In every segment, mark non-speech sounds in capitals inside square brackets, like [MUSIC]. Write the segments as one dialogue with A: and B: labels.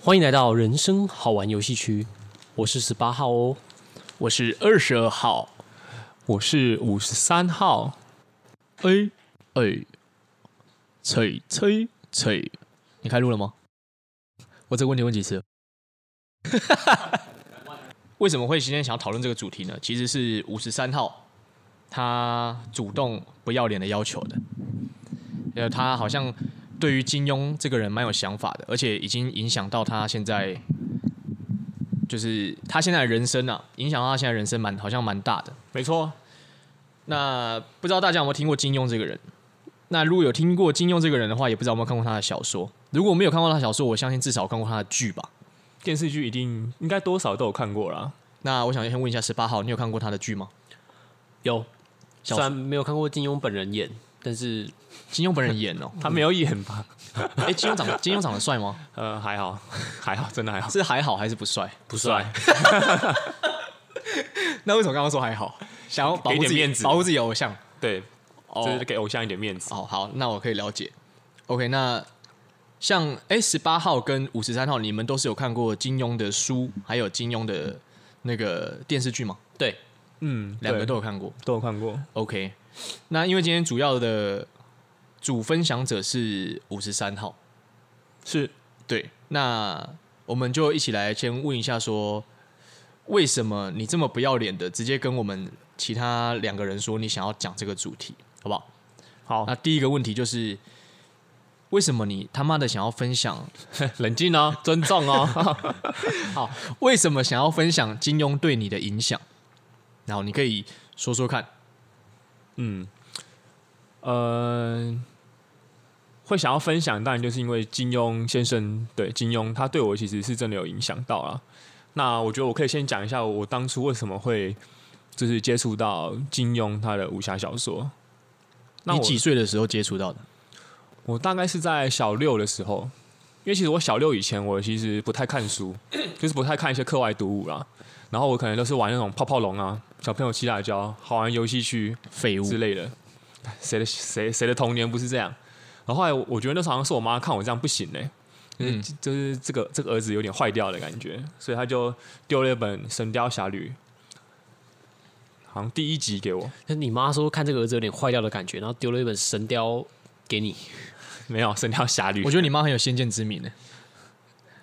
A: 欢迎来到人生好玩游戏区，我是十八号哦。
B: 我是二十二号，我是五十三号。哎哎，吹吹吹，你开录了吗？我这个问题问几次了？ [LAUGHS] 为什么会今天想要讨论这个主题呢？其实是五十三号他主动不要脸的要求的，呃，他好像对于金庸这个人蛮有想法的，而且已经影响到他现在就是他现在的人生啊，影响到他现在人生蛮好像蛮大的。没错。那不知道大家有没有听过金庸这个人？那如果有听过金庸这个人的话，也不知道有没有看过他的小说。如果没有看过他的小说，我相信至少看过他的剧吧。
C: 电视剧一定应该多少都有看过啦。
B: 那我想先问一下十八号，你有看过他的剧吗？
A: 有，
B: 小
A: 虽然没有看过金庸本人演，但是
B: 金庸本人 [LAUGHS] 演哦、
C: 他没有演吧？
B: 哎、金庸长得金庸长得帅吗？
C: 呃，还好， [LAUGHS] 还好，真的还好。
B: 是还好还是不帅？
A: 不帅。
B: 那为什么刚刚说还好？想要保护
C: 给点
B: 自己
C: 面子
B: 保护自己的偶像。
C: 对，
B: 哦
C: 就是给偶像一点面子。
B: 哦，好，那我可以了解。OK，那像哎十八号跟五十三号，你们都是有看过金庸的书，还有金庸的那个电视剧吗？
A: 对，
C: 嗯，
B: 两个
C: 对
B: 都有看过。
C: 都有看过。
B: OK，那因为今天主要的主分享者是五十三号，
C: 是
B: 对，那我们就一起来先问一下说，为什么你这么不要脸的直接跟我们其他两个人说你想要讲这个主题，好不好？
C: 好
B: 那，第一个问题就是，为什么你他妈的想要分享？
C: [LAUGHS] 冷静啊，尊重啊。
B: [LAUGHS] 好，为什么想要分享金庸对你的影响？然后你可以说说看。
C: 嗯，呃，会想要分享，当然就是因为金庸先生，对金庸，他对我其实是真的有影响到啊。那我觉得我可以先讲一下我当初为什么会就是接触到金庸他的武侠小说。那
B: 你
C: 我
B: 几岁的时候接触到的？
C: 我大概是在小六的时候，因为其实我小六以前我其实不太看书，就是不太看一些课外读物啦。然后我可能都是玩那种泡泡龙啊、小朋友骑辣椒、好玩游戏区
B: 废物
C: 之类的。谁的谁谁的童年不是这样？然后后来我我觉得那时候好像是我妈看我这样不行呢、欸
B: 嗯
C: 就是、就是这个这个儿子有点坏掉的感觉，所以她就丢了一本《神雕侠侣》，好像第一集给我，
A: 那你妈说看这个儿子有点坏掉的感觉，然后丢了一本《神雕》给你，
C: 没有《神雕侠侣
B: 我》，觉得你妈很有先见之明呢，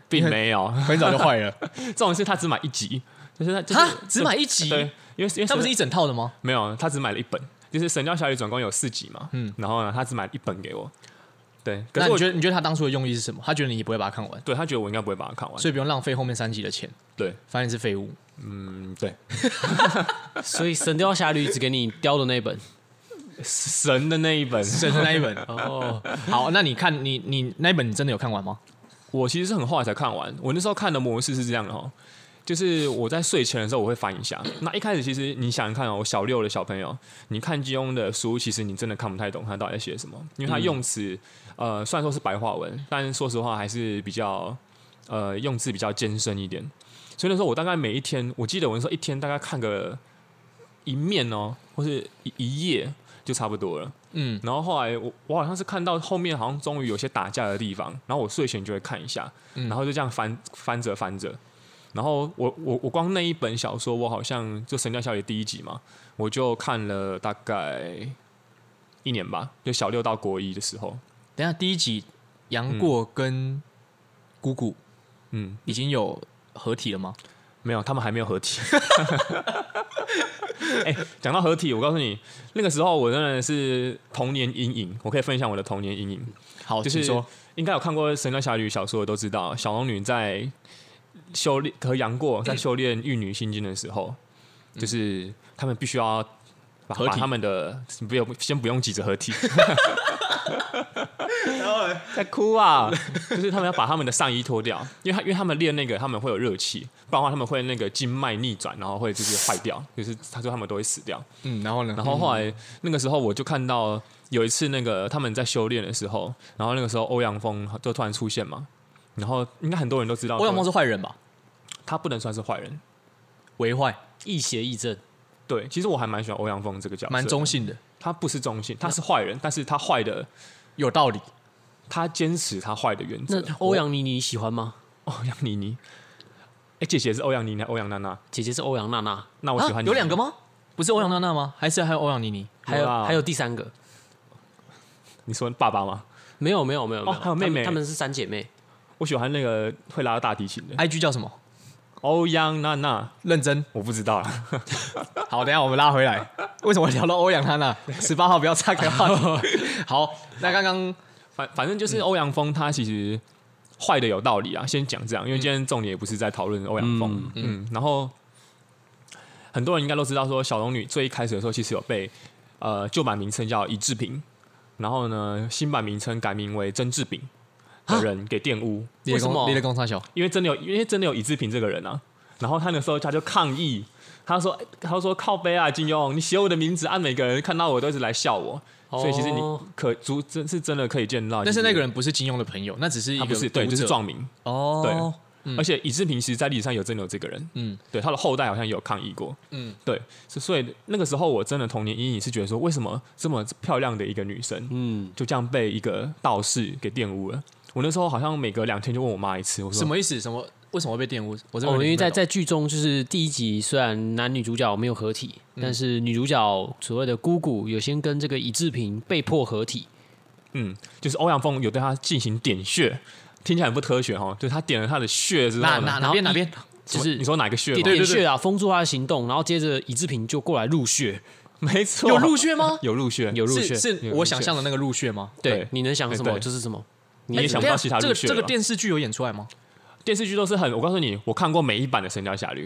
C: 并没有。
B: 很早就坏 [LAUGHS] 了。
C: 这种是她只买一集，就是她就是
B: 哈，只买一集，
C: 对， [LAUGHS] 因为因为
B: 那不是
C: 神
B: 一整套的吗？
C: 没有，他只买了一本，就是《神雕侠侣》总共有四集嘛，嗯，然后呢，他只买了一本给我，对，
B: 那
C: 可是
B: 你
C: 我
B: 觉得你觉得他当初的用意是什么？他觉得你也不会把它看完，
C: 对他觉得我应该不会把它看完，
B: 所以不用浪费后面三集的钱，
C: 对，
B: 发现是废物。
C: 嗯，对，
A: 所以《神雕侠侣》只给你雕的那本。 [LAUGHS]
C: 神的那一本，
B: 整的那一 [LAUGHS] 本。
A: 哦，
B: 好，那你看你你那一本你真的有看完吗？
C: 我其实是很后来才看完，我那时候看的模式是这样的哦。就是我在睡前的时候，我会翻一下。那一开始其实你想想看哦，我小六的小朋友，你看金庸的书，其实你真的看不太懂他到底在写什么，因为他用词、呃虽然说是白话文，但说实话还是比较呃用字比较艰深一点。所以那时候我大概每一天，我记得我那时候一天大概看个一面哦，或是一一页就差不多了。
B: 嗯，
C: 然后后来我我好像是看到后面好像终于有些打架的地方，然后我睡前就会看一下，然后就这样翻翻着翻着，然后我我我光那一本小说，我好像就《神雕侠侣》第一集嘛，我就看了大概一年吧，就小六到国一的时候，
B: 等一下第一集杨过跟姑姑
C: 嗯，
B: 已经有合体了吗？
C: 没有，他们还没有合体。 [LAUGHS] 哎、讲到合体，我告诉你，那个时候我真的是童年阴影，我可以分享我的童年阴影。
B: 好，
C: 就是
B: 请说
C: 应该有看过《神雕侠侣》小说的都知道，小龙女在修炼和杨过在修炼玉女心经的时候，就是他们必须要把
B: 嗯合体
C: 把他们的不用先不用急着合
B: [LAUGHS]
C: 体，在哭啊，就是他们要把他们的上衣脱掉，因为他因为他们练那个他们会有热气，不然的话他们会那个经脉逆转，然后会就是坏掉，就是他说他们都会死掉。
B: 嗯，然后呢？
C: 然后后来那个时候我就看到有一次那个他们在修炼的时候，然后那个时候欧阳锋就突然出现嘛，然后应该很多人都知道
B: 欧阳锋
C: 说
B: 是坏人吧？
C: 他不能算是坏人。
B: 为坏，
A: 亦邪亦正，
C: 对，其实我还蛮喜欢欧阳锋这个角色，
B: 蛮中，性的，
C: 他不是中性，他是坏人，但是他坏的，
B: 有道理。
C: 他坚持他坏的原
A: 那
C: 则。哦
A: 欧阳妮妮喜欢吗？
C: 欧阳妮妮，哎，姐姐是欧阳妮妮，欧阳娜娜。
A: 姐姐是欧阳娜娜，
C: 那我喜欢
B: 啊
C: 你
B: 有两个吗？不是欧阳娜娜吗？还是还有欧阳妮妮？
A: 还有
C: 有啊
A: 还有第三个，
C: 你说爸爸吗？
A: 没有没有没有，没
C: 哦还有妹妹
A: 她们她们是三姐妹，
C: 我喜欢那个会拉大提琴的
B: IG 叫什么？
C: 欧阳娜娜，
B: 认真。
C: 我不知道啦。
B: 好，等一下我们拉回来。为什么聊到欧阳娜娜？十八号不要岔开话题。
C: [LAUGHS]
B: 好，那刚刚
C: 反反
B: 嗯
C: 正就是欧阳锋，他其实坏的有道理啊。先讲这样，因为今天重点也不是在讨论欧阳锋。嗯，然后很多人应该都知道，说小龙女最一开始的时候，其实有被呃旧版名称叫尹志平，然后呢新版名称改名为曾志炳的人给玷污，
B: 啊你的
A: 为什么
B: 公你的公差小，
C: 因为真的有，因为真的有尹志平这个人啊。然后他那时候他就抗议，他说他说靠背啊，金庸，你写我的名字，按、每个人看到我都一直来笑我。所以其实你
A: 哦
C: 可足真是真的可以见到，
B: 但是那个人不是金庸的朋友，那只是一
C: 他
B: 个
C: 啊不是
B: 读者
C: 对，就是撞名。
B: 哦。
C: 而且尹志平其实在历史上有真的有这个人，
B: 嗯
C: 嗯，对，他的后代好像也有抗议过，
B: 嗯
C: 嗯，对，所所以那个时候我真的童年阴影是觉得说，为什么这么漂亮的一个女生，
A: 嗯，
C: 就这样被一个道士给玷污了？我那时候好像每隔两天就问我妈一次，我说
B: 什么意思？什么为什么会被玷污？我这
A: 哦，因
B: 边有点
A: 为在
B: 不太懂
A: 在剧中就是第一集，虽然男女主角没有合体，
C: 嗯
A: 但是女主角所谓的姑姑有先跟这个尹志平被迫合体，
C: 嗯，就是欧阳锋有对她进行点穴，听起来很不科学哈，就是他点了她的穴之后
B: 哪
C: 呢，
B: 哪
A: 然
B: 哪
A: 后
B: 边
A: 一
B: 哪边
A: 就是
C: 你说哪个穴吗？
A: 点点穴啊，封住他的行动，然后接着尹志平就过来入穴，
C: [LAUGHS] 没错，
B: 有入穴吗？
C: 有入穴，
A: 有入
B: 是
A: 穴，
B: 是
C: 有
B: 我
C: 入
B: 想
C: 穴
B: 象的那个入穴吗？哎
A: 对
C: 对，
A: 你能想什么
C: 对
A: 就是什么，
C: 你也想不到其他
B: 这
C: 入
B: 个
C: 穴啊
B: 这
C: 了
B: 个
C: 吧。
B: 电视剧有演出来吗？
C: 电视剧都是很，我告诉你，我看过每一版的《神雕侠侣》，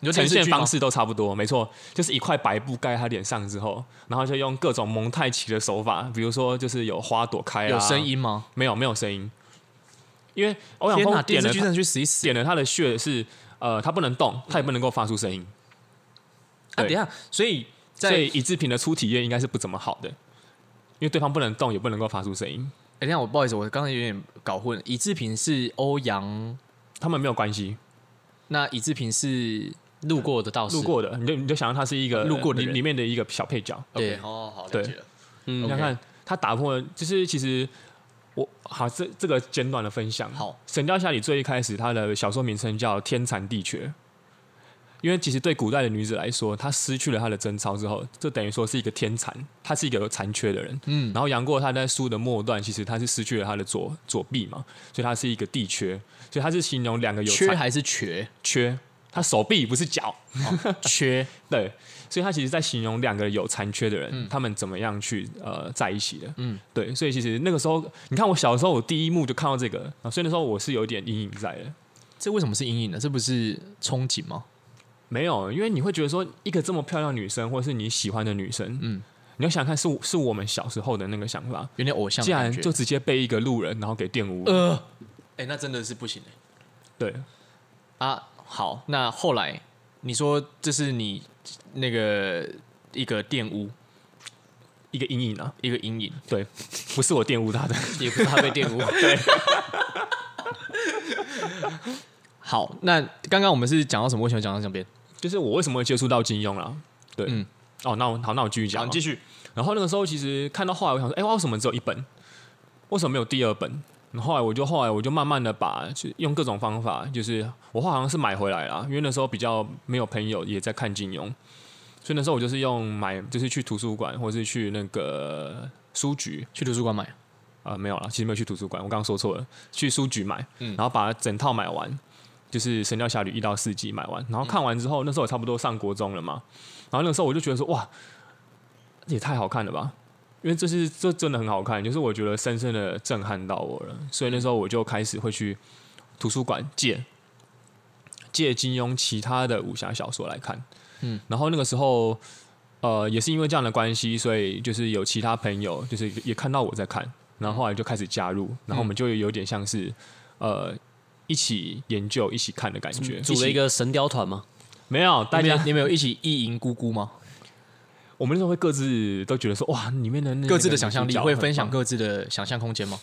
B: 你说
C: 呈
B: 电视
C: 现
B: 剧吗
C: 方式都差不多，没错，就是一块白布盖他脸上之后，然后就用各种蒙太奇的手法，比如说就是有花朵开、啊，
B: 有声，音吗？
C: 没有没有声音，因为欧阳
B: 天
C: 锋
B: 电
C: 点
B: 视
C: 了
B: 剧
C: 他
B: 真的去死一死！
C: 点了他的穴是，呃，他不能动，他也不能够发出声音，
B: 啊，等
C: 对
B: 一下，所以在
C: 所以尹志平的初体验应该是不怎么好的，因为对方不能动，也不能够发出声音，
B: 哎，等一下我不好意思，我刚才有点搞混。尹志平是欧阳，
C: 他们没有关系，
B: 那尹志平是
A: 路过的道士，
C: 路过的你就你就想让他是一个
B: 路过的
C: 里
B: 人
C: 里面的一个小配角，
A: 对
B: OK，哦，好了
C: 对
B: 解了。
A: 嗯
C: 你看看他打破了，就是其实我好这这个简短的分享。
B: 好
C: 《神雕侠侣》最一开始，它的小说名称叫《天残地缺》，因为其实对古代的女子来说，她失去了她的贞操之后，这等于说是一个天残，她是一个有残缺的人。
B: 嗯
C: 嗯，然后杨过他在书的末段，其实他是失去了他的左左臂嘛，所以他是一个地缺，所以他是形容两个有
B: 缺
C: 残
B: 还是缺？
C: 缺，他手臂不是脚。
B: 缺
C: 对，所以他其实在形容两个有残缺的人，他们怎么样去呃在一起的。
B: 嗯
C: 嗯，对，所以其实那个时候，你看我小时候，我第一幕就看到这个，啊所以那时候我是有点阴影在的。
B: 这为什么是阴影呢？这不是憧憬吗？
C: 没有，因为你会觉得说，一个这么漂亮的女生，或者是你喜欢的女生，
B: 嗯
C: 嗯，你要想看是我是我们小时候的那个想法，
B: 有点偶像
C: 竟
B: 的感
C: 然
B: 觉。
C: 就直接被一个路人然后给玷污。
B: 呃，哎，那真的是不行哎。
C: 对，
B: 啊，好，那后来你说这是你那个一个玷污，
C: 一个阴影啊，
B: 一个阴影，
C: 对，不是我玷污她的。 [LAUGHS]
A: 也不是他被玷
B: [LAUGHS]
A: 污，
B: 好，那刚刚我们是讲到什么？为什么讲到这边？
C: 就是我为什么会接触到金庸啦？对，
B: 嗯
C: 哦，那我好，那我继续讲，
B: 好你继
C: 续。然后那个时候其实看到后来，我想说，哎、为什么只有一本？为什么没有第二本？然后后来我就后来我就慢慢的把就用各种方法，就是我好像是买回来啦，因为那时候比较没有朋友也在看金庸，所以那时候我就是用买，就是去图书馆或是去那个书局，
B: 去图书馆买。
C: 啊，没有了，其实没有去图书馆，我刚刚说错了，去书局买，然后把整套买完，就是《神雕侠侣》一到四季买完，然后看完之后，那时候我差不多上国中了嘛，然后那个时候我就觉得说，哇，这也太好看了吧，因为这是这真的很好看，就是我觉得深深的震撼到我了，所以那时候我就开始会去图书馆借借金庸其他的武侠小说来看，嗯，然后那个时候。呃，也是因为这样的关系，所以就是有其他朋友，就是也看到我在看，然后后来就开始加入，然
A: 嗯
C: 后我们就有点像是呃一起研究、一起看的感觉。
A: 组了一
C: 起
A: 个神雕团吗？
C: 没有大
B: 你
C: 家
B: 们，你 [LAUGHS] 们有一起意淫姑姑吗？
C: 我们那时候会各自都觉得说哇，里面的那
B: 各自的想象力
C: 那个
B: 会
C: 女主角
B: 分享
C: 很棒
B: 各自的想象空间吗？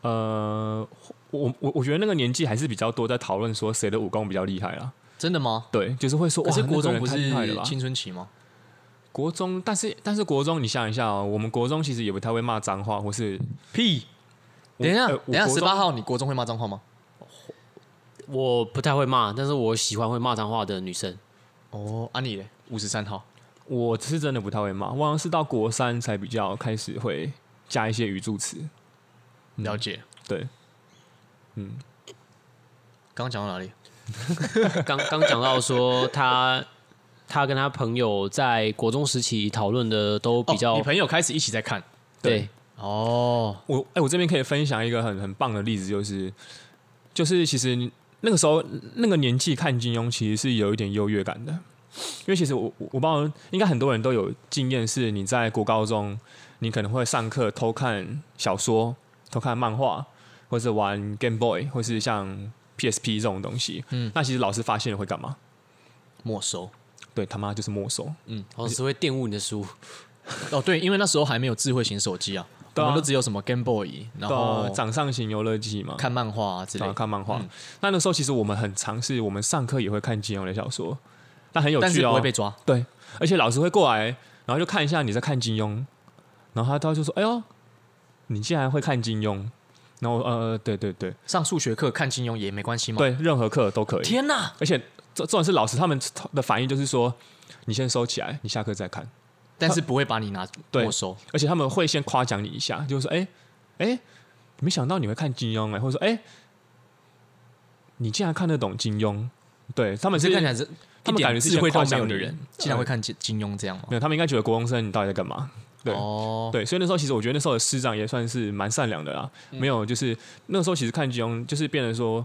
C: 呃，我我我觉得那个年纪还是比较多在讨论说谁的武功比较厉害啦。
B: 真的吗？
C: 对，就是会说
B: 可
C: 哇，
B: 是国
C: 那个
B: 中
C: 人
B: 不
C: 太
B: 是
C: 厉害了吧？
B: 青春期吗？
C: 国中，但是但是国中，你想一下哦，我们国中其实也不太会骂脏话，或是
B: 屁！等一下，
C: 呃
B: 等一下，
C: 我国
B: 十
C: 中
B: 八号，你国中会骂脏话吗？
A: 我不太会骂，但是我喜欢会骂脏话的女生。 [LAUGHS]
B: 哦，啊你嘞，五十三号，
C: 我是真的不太会骂，我好像是到国三才比较开始会加一些语助词。嗯
B: 了解。
C: 对，
B: 刚刚讲到哪里？
A: 刚刚讲到说他他跟他朋友在国中时期讨论的都比较、
B: 哦你朋友开始一起在看
A: 对，
B: 哦，
C: 我哎、我这边可以分享一个很很棒的例子，就是就是其实那个时候那个年纪看金庸，其实是有一点优越感的，因为其实我我我帮应该很多人都有经验，是你在国高中，你可能会上课偷看小说、偷看漫画，或是玩 Game Boy，或是像 PSP 这种东西。嗯，那其实老师发现了会干嘛？
B: 没收。
C: 对他妈就是没收。
A: 老师会玷污你的书，
B: 哦，对，因为那时候还没有智慧型手机啊，
C: 对啊
B: 我们都只有什么 Game Boy，然后
C: 到啊掌上型游乐机嘛，
B: 看漫画啊之类
C: 对啊
B: 的。
C: 看漫画。那那时候其实我们很尝试，我们上课也会看金庸的小说，那很有
B: 但
C: 趣
B: 是
C: 哦。
B: 不会被抓，
C: 对，而且老师会过来，然后就看一下你在看金庸，然后他他就说：“哎呦，你竟然会看金庸？”然后我呃，对对对
B: 上数学课看金庸也没关系嘛。，
C: 对，任何课都可以。
B: 嗯天啊哪，
C: 而且这重点是老师他们的反应就是说：“你先收起来，你下课再看。
B: 但是不会把你拿
C: 对
B: 没收。”
C: 而且他们会先夸奖你一下，就是说：“哎哎，没想到你会看金庸哎、或者说：“哎，你竟然看得懂金庸？”对他们
B: 可
C: 是
B: 是看起来是
C: 他
B: 一
C: 们
B: 点
C: 感觉是
B: 智慧
C: 夸
B: 都没
C: 奖
B: 有
C: 你
B: 的人，竟然会看金金庸这样吗？
C: 没有，他们应该觉得国中生你到底在干嘛？对
B: 哦，
C: 对，所以那时候其实我觉得那时候的师长也算是蛮善良的啦，没有就是那时候其实看金庸就是变得说，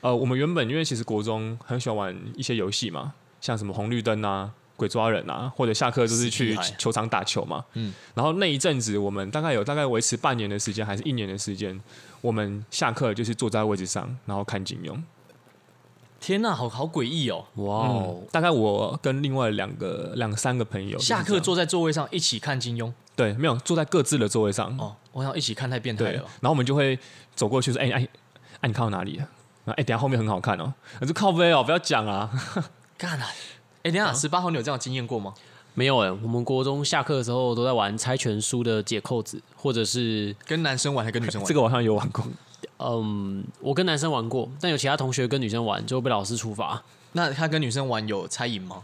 C: 呃，我们原本因为其实国中很喜欢玩一些游戏嘛，像什么红绿灯啊、鬼抓人啊，或者下课就是
B: 死
C: 去
B: 屁孩
C: 球场打球嘛，嗯，然后那一阵子我们大概有大概维持半年的时间还是一年的时间，我们下课就是坐在位置上，然后看金庸。
B: 天哪，好好诡异哦！
A: 哇
C: 哦、
A: 哦，
C: 大概我跟另外两个两三个朋友就是
B: 下
C: 这
B: 课
C: 样
B: 坐在座位上一起看金庸
C: 对，没有坐在各自的座位上
B: 哦，我想一起看太变态
C: 对，
B: 了
C: 然
B: 吧。
C: 后我们就会走过去说：“哎、哎、哎、你看到哪里了？”然后哎、等一下后面很好看哦，可是靠背哦，不要讲啊。
B: [LAUGHS] 干啊！哎，等一下十八号你有这样的经验过吗？
A: 没有哎、我们国中下课的时候都在玩猜拳书的解扣子，或者是
B: 跟男生玩还是跟女生玩？
C: 这个我好像有玩过，
A: 嗯，我跟男生玩过，但有其他同学跟女生玩，就被老师处罚。
B: 那他跟女生玩有猜赢吗？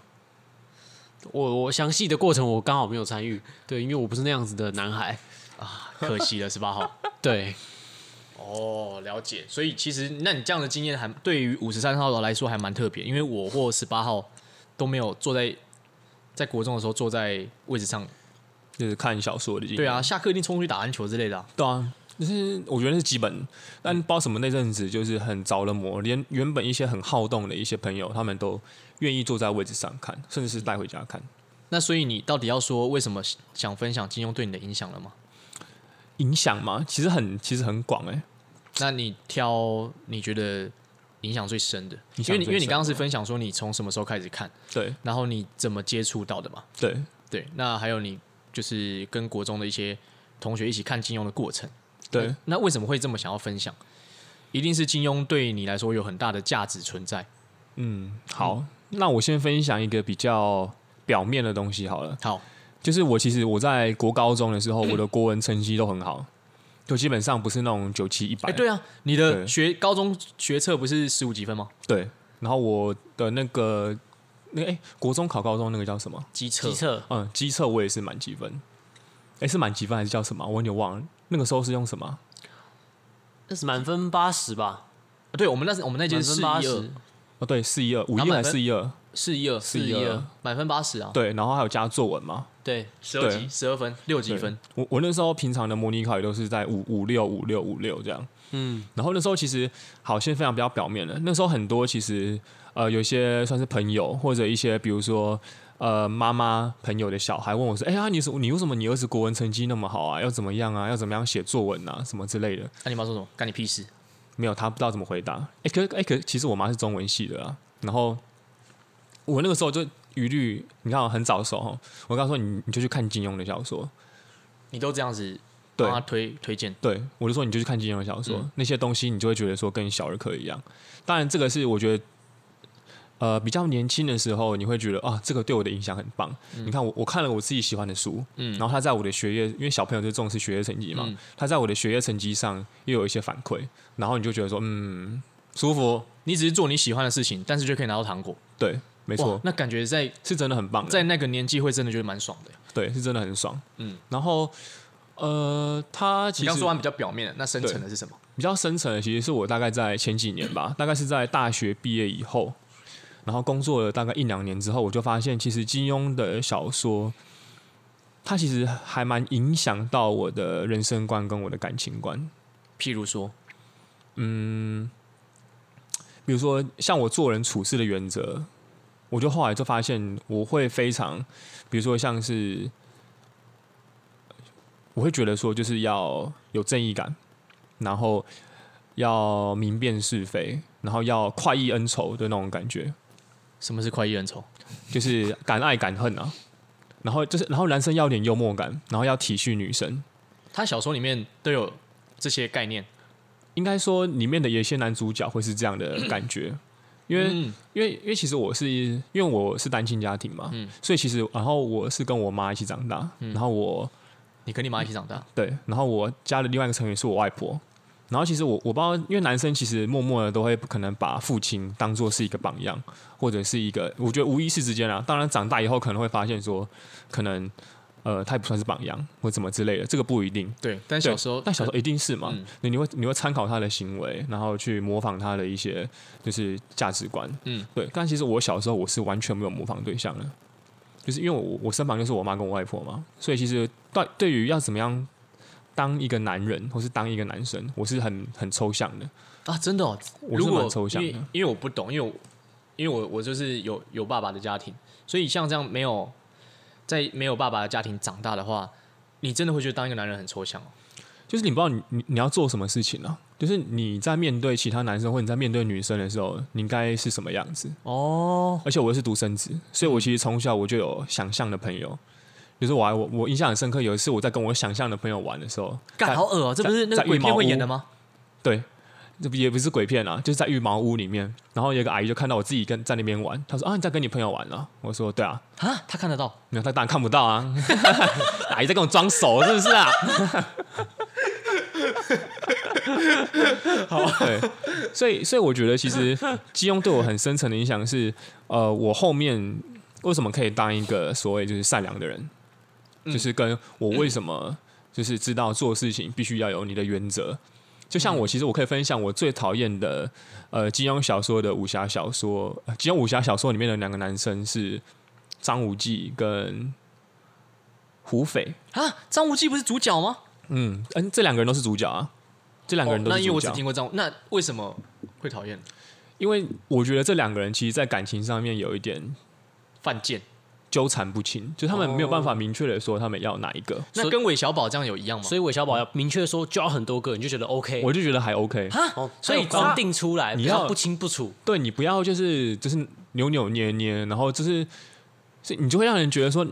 A: 我我详细的过程我刚好没有参与，对，因为我不是那样子的男孩。
B: 啊可惜了，十八号。
A: [LAUGHS] 对，
B: 哦，了解。所以其实，那你这样的经验还对于五十三号来说还蛮特别，因为我或十八号都没有坐在在国中的时候坐在位置上。
C: 就是看小说的。
B: 对，啊，下课一定冲出去打篮球之类的啊、
C: 对啊，就是我觉得是基本，但不知道什么那阵子就是很着了魔，连原本一些很好动的一些朋友，他们都愿意坐在位置上看，甚至是带回家看。
B: 那所以你到底要说为什么想分享金庸对你的影响了吗？
C: 影响嘛，其实很其实很广哎、
B: 那你挑你觉得影响最深的，
C: 影
B: 因
C: 响
B: 为你因为
C: 最
B: 你
C: 深
B: 刚刚是
C: 的
B: 分享说你从什么时候开始看，
C: 对
B: 然后你怎么接触到的嘛？
C: 对，
B: 对，那还有你就是跟国中的一些同学一起看金庸的过程。
C: 对
B: 那，那为什么会这么想要分享？一定是金庸对你来说有很大的价值存在。
C: 嗯，好，那我先分享一个比较表面的东西好了。
B: 好，
C: 就是我其实我在国高中的时候，我的国文成绩都很好，就基本上不是那种九七一
B: 嗯哎、
C: 百。
B: 对啊，你的
C: 对
B: 学高中学测不是十五几分吗？
C: 对然后我的那个那哎、国中考高中那个叫什么？
B: 机测
A: 机，测
C: 嗯，机测我也是满积分。哎、是满积分还是叫什么？我有点忘了。那个时候是用什么？
A: 那是满分八十吧，
B: 啊对我们那时我们那届
A: 满
B: 是
A: 分
B: 四
A: 八
B: 一
A: 十
B: 二，，
C: 哦，对，四一二五
B: 然
C: 一
B: 后
C: 还
B: 满
C: 是
B: 分
C: 四一二？
B: 四一二，
C: 412
B: 满分八十啊，
C: 对，然后还有加作文嘛。
A: 对，
B: 十二
C: 对
B: 级十二分，六级分，
C: 我我那时候平常的模拟考也都是在五五六五六五六这样。
A: 嗯，
C: 然后那时候其实好，先分享比较表面的。那时候很多其实呃，有一些算是朋友或者一些比如说呃妈妈朋友的小孩问我说：“哎、呀，你是你为什么你儿子国文成绩那么好啊？要怎么样啊？要怎么样写作文啊？什么之类的。
B: 那、你妈说什么？干你屁事！”
C: 没有，他不知道怎么回答。哎、可哎、可，其实我妈是中文系的啊。然后我那个时候就疑虑，你看我很早熟哦，我刚说你你就去看金庸的小说，
B: 你都这样子
C: 对
B: 帮他推推荐，
C: 对，我就说你就去看金庸的小
B: 嗯
C: 说，那些东西你就会觉得说跟小儿科一样。当然，这个是我觉得，呃，比较年轻的时候，你会觉得啊，这个对我的影响很棒。
B: 嗯
C: 你看我我看了我自己喜欢的书，然后他在我的学业，因为小朋友就重视学业成绩嘛，他在我的学业成绩上又有一些反馈，然后你就觉得说，嗯，舒服，
B: 你只是做你喜欢的事情，但是就可以拿到糖果，
C: 对，没
B: 没
C: 错，
B: 那感觉在
C: 是真的很棒的，
B: 在那个年纪会真的觉得蛮爽的。
C: 对，是真的很爽。
B: 嗯
C: 嗯，然后呃，他其
B: 你
C: 实
B: 刚说完比较表面的，那深层的是什么？
C: 比较深层的，其实是我大概在前几年吧，大概是在大学毕业以后，然后工作了大概一两年之后，我就发现其实金庸的小说，它其实还蛮影响到我的人生观跟我的感情观。
B: 譬如说，
C: 比如说像我做人处事的原则，我就后来就发现我会非常，比如说像是，我会觉得说就是要有正义感，然后要明辨是非，然后要快意恩仇的那种感觉，
B: 什么是快意恩仇？
C: 就是敢爱敢恨啊。然后就是，然后男生要有点幽默感，然后要体恤女生。
B: 他小说里面都有这些概念，
C: 应该说里面的有一些男主角会是这样的感觉，因为、
B: 嗯
C: 因为因为其实我是因为我是单亲家庭嘛，所以其实然后我是跟我妈一起长大，然后我
B: 你跟你妈一起长大，
C: 对，然后我家的另外一个成员是我外婆，然后其实我我不知道，因为男生其实默默的都会可能把父亲当做是一个榜样，或者是一个，我觉得无意识之间啊，当然长大以后可能会发现说，可能呃他也不算是榜样或怎么之类的，这个不一定，
B: 对，但
C: 对
B: 小时候，
C: 但小时候一定是嘛，
B: 嗯
C: 你你会你会参考他的行为，然后去模仿他的一些就是价值观，
B: 嗯
C: 嗯，对。但其实我小时候我是完全没有模仿对象的，就是因为我我身旁就是我妈跟我外婆嘛，所以其实对对于要怎么样当一个男人或是当一个男生，我是很很抽象的，
B: 啊，真的、哦，
C: 我
B: 如
C: 是
B: 果
C: 蛮抽象
B: 因为
C: 的。
B: 因为我不懂，因为我因为我我就是有有爸爸的家庭，所以像这样没有在没有爸爸的家庭长大的话，你真的会觉得当一个男人很抽象哦。
C: 就是你不知道你你你要做什么事情啊，就是你在面对其他男生或你在面对女生的时候，你应该是什么样子？
B: 哦，
C: 而且我又是独生子，所以我其实从小我就有想象的朋友。就是我还我我印象很深刻，有一次我在跟我想象的朋友玩的时候，
B: 干
C: 在
B: 好恶哦、这不是那个
C: 在
B: 鬼
C: 在羽
B: 片
C: 毛屋
B: 会演的吗？
C: 对，这不也不是鬼片啊，就是在浴毛屋里面，然后有一个阿姨就看到我自己跟在那边玩，她说啊你在跟你朋友玩啊，我说对啊，
B: 啊，他看得到，
C: 没有她当然看不到啊， [LAUGHS] 阿姨在跟我装熟是不是啊？ [LAUGHS] 好，对，所以所以我觉得其实金庸对我很深层的影响是，呃，我后面为什么可以当一个所谓就是善良的人，就是跟我为什么就是知道做事情必须要有你的原则。就像我，其实我可以分享我最讨厌的，呃，金庸小说的武侠小说，呃金庸武侠小说里面的两个男生是张无忌跟胡斐，
B: 啊，张无忌不是主角吗？
C: 嗯，嗯，这两个人都是主角啊，这两个人都
B: 哦、
C: 是
B: 那因为
C: 主
B: 我
C: 角。
B: 只听过张，那为什么会讨厌
C: 因为我觉得这两个人其实，在感情上面有一点
B: 犯贱？
C: 纠缠不清，就他们没有办法明确的说他们要哪一个，
B: 那
A: 所以
B: 跟韦小宝这样有一样吗？
A: 所以韦小宝要明确说交很多个，你就觉得 OK。
C: 我就觉得还 OK。
A: 哦，所
B: 所以
A: 以框
B: 他
A: 定出来，
C: 你
A: 不要
C: 要
A: 不清不楚。
C: 对你不要就是就是扭扭捏捏，然后就是是你就会让人觉得说，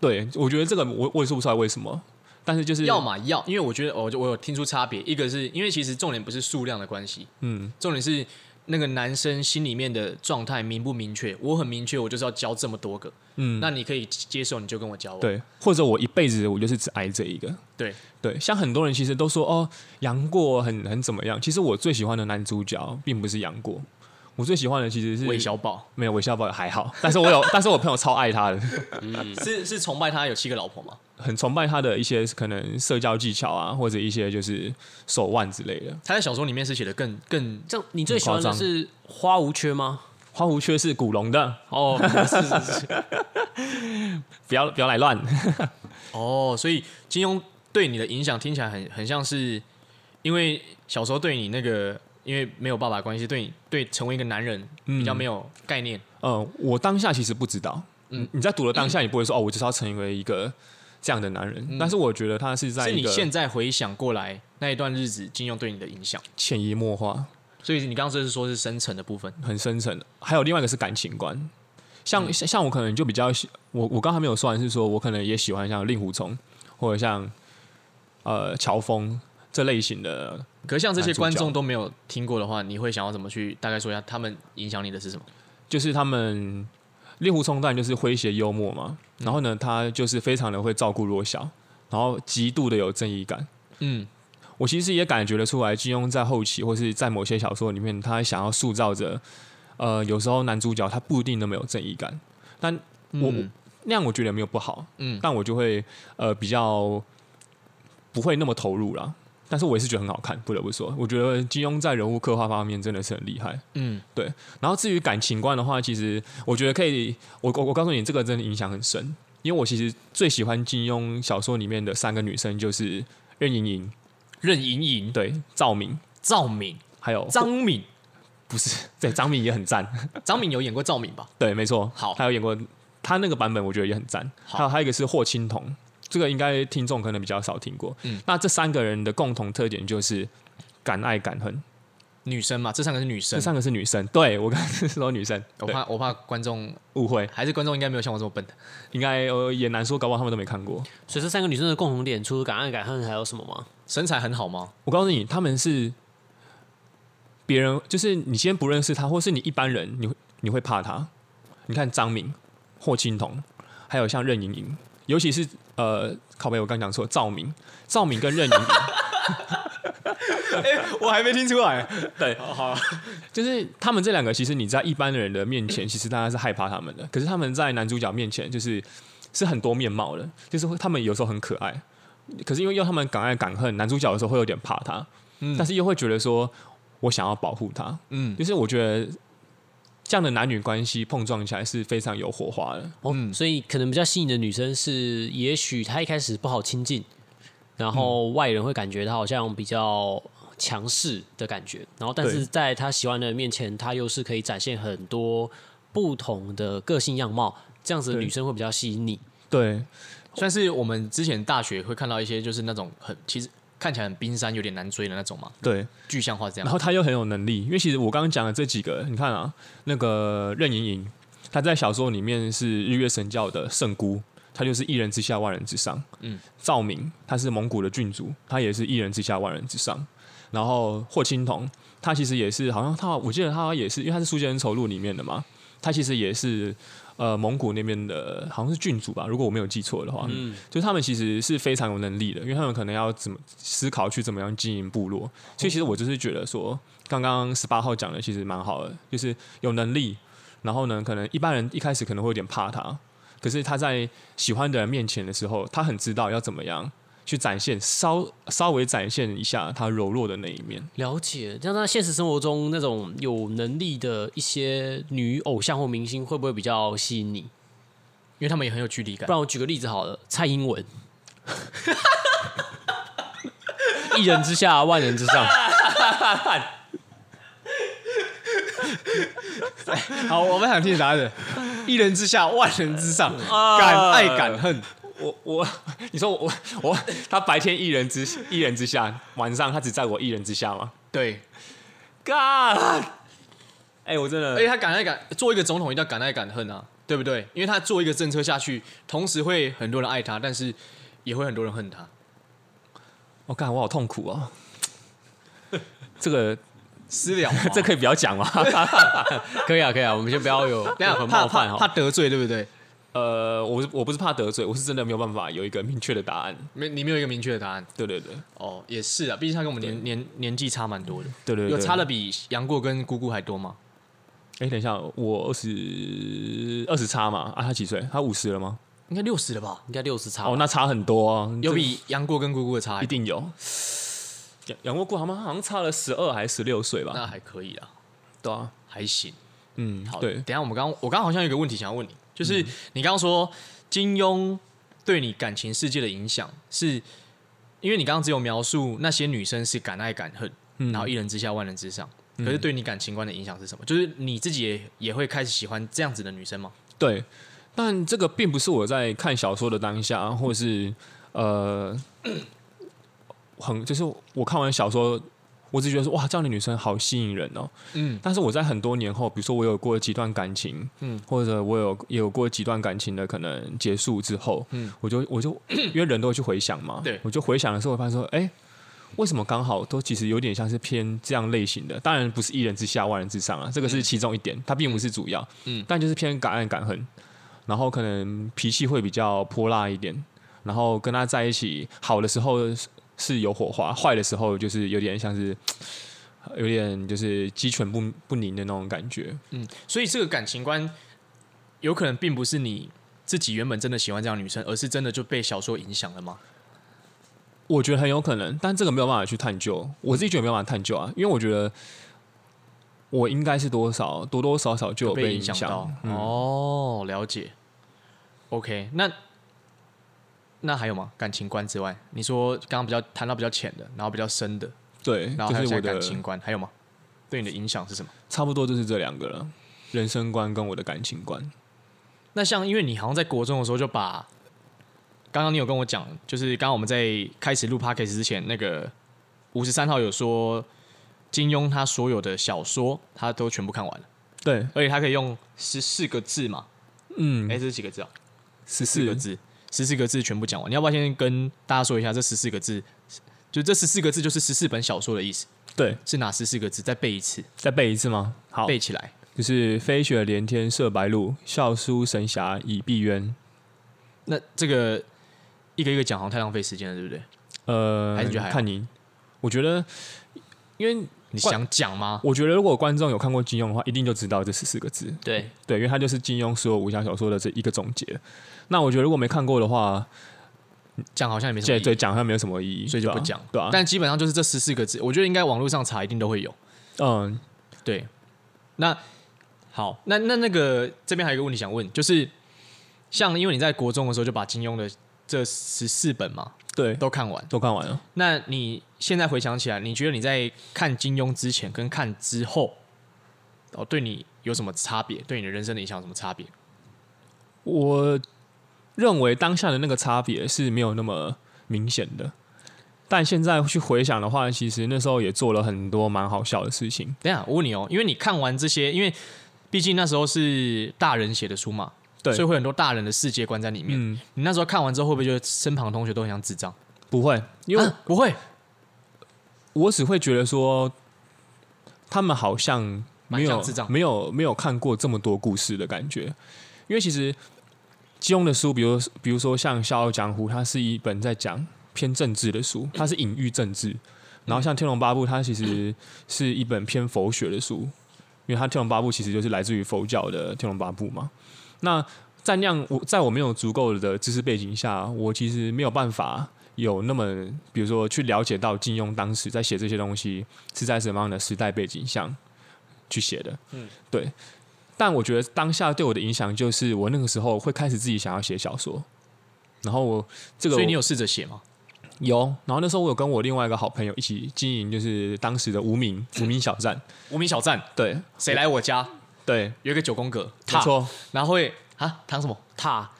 C: 对我觉得这个我我也说不出来为什么，但是就是
B: 要嘛要，因为我觉得我哦就我有听出差别，一个是因为其实重点不是数量的关系，
C: 嗯
B: 重点是那个男生心里面的状态明不明确。我很明确，我就是要交这么多个，
C: 嗯
B: 那你可以接受，你就跟我交往。
C: 对，或者我一辈子我就是只爱这一个，
B: 对
C: 对，像很多人其实都说哦，杨过很很怎么样，其实我最喜欢的男主角并不是杨过，我最喜欢的其实是
B: 韦小宝
C: 没有韦小宝还好，但是我有，但是我朋友超爱他的，
B: 是是崇拜他有七个老婆吗？
C: 很崇拜他的一些可能社交技巧啊，或者一些就是手腕之类的。
B: 他在小说里面是写的更更
A: 这样，你最
C: 很
A: 喜欢
C: 夸
A: 的
C: 张
A: 是花无缺吗？
C: 花无缺是古龙的，
A: 哦，是是是，
C: 不要不要来乱。
B: 哦，所以金庸对你的影响听起来很很像是，因为小时候对你那个因为没有爸爸的关系，对你对成为一个男人比较没有概念。
C: 嗯，我当下其实不知道，嗯，你在读的当下，你不会说哦，我就是要成为一个这样的男人。但是我觉得他是在
B: 是嗯
C: 一
B: 你
C: 个
B: 现在回想过来那一段日子，金庸对你的影响。
C: 潜移默化，
B: 所以你刚刚就是说是深层的部分，
C: 很深层的。还有另外一个是感情观，像、像像我可能就比较喜，我我刚才没有说完是说我可能也喜欢像令狐冲或者像呃乔峰这类型的
B: 可是像这些
C: 男主角
B: 观众都没有听过的话，你会想要怎么去大概说一下他们影响你的是什么？
C: 就是他们令狐冲当然就是诙谐幽默嘛，然后呢，他就是非常的会照顾弱小，然后极度的有正义感。
B: 嗯，
C: 我其实也感觉得出来，金庸在后期或是在某些小说里面，他想要塑造着，呃，有时候男主角他不一定那么有正义感，但我、
B: 嗯
C: 那样我觉得没有不好，
B: 嗯
C: 但我就会呃比较不会那么投入啦。但是我也是觉得很好看，不得不说，我觉得金庸在人物刻画方面真的是很厉害。
B: 嗯
C: 然后至于感情观的话，其实我觉得可以，我我我告诉你，这个真的影响很深，因为我其实最喜欢金庸小说里面的三个女生就是任盈盈、
B: 任盈盈、
C: 对赵敏，
B: 赵敏、
C: 还有
B: 张敏，
C: 不是 [LAUGHS] 对张敏也很赞，
B: 张敏有演 [LAUGHS] 过赵敏吧？
C: 对，没错，
B: 好
C: 还有演过他那个版本，我觉得也很赞。
B: 好
C: 还有还有一个是霍青桐，这个应该听众可能比较少听过。
B: 嗯
C: 那这三个人的共同特点就是敢爱敢恨，
B: 女生嘛，这三个是女
C: 这
B: 生。
C: 三个是女生。对我刚才是说女生，
B: 我
C: 对
B: 怕我怕观众
C: 误会，
B: 还是观众应该没有像我这么笨的。
C: 应该呃也难说，搞不好他们都没看过。
A: 所以这三个女生的共同点，除了敢爱敢恨，还有什么吗？
B: 身材很好吗？
C: 我告诉你，他们是别人，就是你先不认识他，或是你一般人，你会你会怕他。你看张敏、霍青桐，还有像任盈盈，尤其是呃，靠背我刚讲错，赵敏，赵敏跟任盈盈，
B: 哎我还没听出来。
C: 对，好， [LAUGHS] 就是他们这两个，其实你在一般人的面前，其实大家是害怕他们的，可是他们在男主角面前，就是是很多面貌的，就是会他们有时候很可爱，可是因为要他们敢爱敢恨，男主角有时候会有点怕他，
B: 嗯
C: 但是又会觉得说我想要保护他，
B: 嗯
C: 就是我觉得这样的男女关系碰撞起来是非常有火花的。
A: 哦，所以可能比较吸引的女生是，也许她一开始不好亲近，然后外人会感觉她好像比较强势的感觉，然后但
C: 对
A: 是在她喜欢的人面前，她又是可以展现很多不同的个性样貌，这样子的
C: 对
A: 女生会比较吸引你。
C: 对，
B: 算是我们之前大学会看到一些就是那种很其实看起来很冰山，有点难追的那种嘛，
C: 对，
B: 具象化这
C: 然
B: 样。
C: 后他又很有能力，因为其实我刚刚讲的这几个，你看啊，那个任盈盈，她在小说里面是日月神教的圣姑，她就是一人之下万人之上。
B: 嗯
C: 嗯，赵敏她是蒙古的郡主，她也是一人之下万人之上。然后霍青桐，她其实也是，好像她我记得她也是，因为她是《书剑恩仇录》里面的嘛，她其实也是呃蒙古那边的，好像是郡主吧，如果我没有记错的话。嗯，就是他们其实是非常有能力的，因为他们可能要怎么思考去怎么样经营部落。所以其实我就是觉得说，刚刚十八号讲的其实蛮好的，就是有能力，然后呢，可能一般人一开始可能会有点怕他，可是他在喜欢的人面前的时候，他很知道要怎么样去展现，稍稍微展现一下他柔弱的那一面。
A: 了解，像在现实生活中那种有能力的一些女偶像或明星，会不会比较吸引你？
B: 因为他们也很有距离感
A: 不。然我举个例子好了，蔡英文，一人之下，万人之上。
B: 好，我们想听答案。一人之下，万人之上，
C: 敢爱
B: 敢恨。
C: 啊我我，你说我我我，他白天一人之一人之下，晚上他只在我一人之下吗
B: 对，
C: ？God，哎、我真的
B: 而且他敢爱敢做一个总统，一定要敢爱敢恨啊，对不对？因为他做一个政策下去，同时会很多人爱他，但是也会很多人恨他。
C: 我看、我好痛苦哦。 [LAUGHS] 这个 [LAUGHS]
B: 私了吗，
C: 这可以不要讲吗？ [LAUGHS]
A: 可以啊，可以啊，我们先不要有
B: 等
A: 任
B: 一下
A: 何
B: 怕
A: 冒
B: 怕
C: 哦
A: 犯
B: 怕
A: 哈。
B: 得罪，对不对？
C: 呃，我不是我不是怕得罪，我是真的没有办法有一个明确的答案。
B: 没，你没有一个明确的答案。
C: 对对对
B: 哦，也是啊，毕竟他跟我们年年年纪差蛮多的，
C: 对对
B: 有差的。比杨过跟姑姑还多吗？
C: 哎、等一下，我二十二十差嘛？啊，他几岁？他五十了吗？
B: 应该六十了吧？
A: 应该六十差
C: 哦，
A: 吧，
C: 那差很多、哦，
B: 有
C: 这
B: 比杨过跟姑姑的差还
C: 一
B: 多，
C: 定有。杨杨过过好吗？好像差了十二还是十六岁吧？
B: 那还可以啊，
C: 对啊，
B: 还行。
C: 嗯，
B: 好，
C: 对嗯
B: 等，一下我们刚我刚好像有一个问题想要问你，就是你刚刚说金庸对你感情世界的影响，是因为你刚刚只有描述那些女生是敢爱敢恨，
C: 嗯
B: 然后一人之下万人之上，可是对你感情观的影响是什么？就是你自己也也会开始喜欢这样子的女生吗？
C: 对，但这个并不是我在看小说的当下，啊或是呃，很就是我看完小说，我只觉得说哇，这样的女生好吸引人哦。
B: 嗯
C: 但是我在很多年后，比如说我有过几段感情，
B: 嗯
C: 嗯，或者我有也有过几段感情的可能结束之后，
B: 嗯
C: 嗯，我就我就因为人都会去回想嘛，
B: 对
C: 我就回想的时候，我发现说，哎、为什么刚好都其实有点像是偏这样类型的？当然不是一人之下万人之上啊，这个是其中一点，它并不是主要，
B: 嗯
C: 嗯，但就是偏敢爱敢恨，然后可能脾气会比较泼辣一点，然后跟他在一起好的时候。是有火花，坏的时候就是有点像是有点就是鸡犬不不宁的那种感觉。
B: 所以这个感情观有可能并不是你自己原本真的喜欢这样的女生，而是真的就被小说影响了吗？
C: 我觉得很有可能，但这个没有办法去探究，我自己觉得没有办法探究啊，因为我觉得我应该是多少多多少少就有
B: 被
C: 影
B: 响到。
C: 嗯
B: 哦，了解。OK，那那还有吗？感情观之外，你说刚刚比较谈到比较浅的，然后比较深的，
C: 对，
B: 然后还有
C: 就是
B: 现
C: 我
B: 在
C: 的
B: 感情观，还有吗？对你的影响是什么？
C: 差不多就是这两个了，人生观跟我的感情观。
B: 那像因为你好像在国中的时候就把，刚刚你有跟我讲，就是刚刚我们在开始录 podcast 之前，那个五十三号有说，金庸他所有的小说他都全部看完了，
C: 对，
B: 而且他可以用十四个字嘛，
C: 嗯
B: 哎、，这是几个字啊？
C: 十
B: 四
C: 四
B: 个字，十四个字全部讲完。你要不要先跟大家说一下这十四个字？就这十四个字就是十四本小说的意思，
C: 对，
B: 是哪十四个字？再背一次，
C: 再背一次吗？好，
B: 背起来。
C: 就是飞雪连天射白鹿，笑书神侠倚碧鸳。
B: 那这个一个一个讲好像太浪费时间了，对不对？
C: 呃，
B: 还是觉得还好
C: 看你，我觉得，因为
B: 你想讲吗？
C: 我觉得如果观众有看过金庸的话，一定就知道这十四个字。
A: 对，
C: 对，因为它就是金庸所有武侠小说的这一个总结。那我觉得如果没看过的话，
B: 讲好像也没什么意
C: 这
B: 义
C: 对讲它没有什么意义，
B: 所以就
C: 对吧
B: 不讲。
C: 对啊，
B: 但基本上就是这十四个字，我觉得应该网络上查一定都会有。
C: 嗯，
B: 对，那好，那那那个这边还有一个问题想问，就是像因为你在国中的时候就把金庸的这十四本嘛
C: 对，
B: 都看完，
C: 都看完了。
B: 那你现在回想起来，你觉得你在看金庸之前跟看之后，哦，对你有什么差别？对你的人生的影响有什么差别？
C: 我认为当下的那个差别是没有那么明显的，但现在去回想的话，其实那时候也做了很多蛮好笑的事情。
B: 等一下我问你哦，因为你看完这些，因为毕竟那时候是大人写的书嘛，
C: 对
B: 所以会有很多大人的世界观在里面。
C: 嗯，
B: 你那时候看完之后，会不会觉得身旁的同学都很像智障？
C: 不会，因为
B: 啊不会，
C: 我只会觉得说，他们好像没
B: 蛮像
C: 有
B: 智障
C: 没有没有看过这么多故事的感觉，因为其实金庸的书，比如比如说像《笑傲江湖》，它是一本在讲偏政治的书，它是隐喻政治；然后像《天龙八部》，它其实是一本偏佛学的书，因为它《天龙八部》其实就是来自于佛教的《天龙八部》嘛。那在那样我在我没有足够的知识背景下，我其实没有办法有那么，比如说去了解到金庸当时在写这些东西是在什么样的时代背景下去写的。嗯，对。但我觉得当下对我的影响就是，我那个时候会开始自己想要写小说，然后我这个
B: 所以你有试着写吗？
C: 有，然后那时候我有跟我另外一个好朋友一起经营，就是当时的无名无名小站，
B: 无名小站，
C: 对
B: 谁来我家？
C: 对，
B: 有一个九宫格，
C: 没
B: 踏，
C: 错，
B: 然后会啊，躺什么？
A: 踏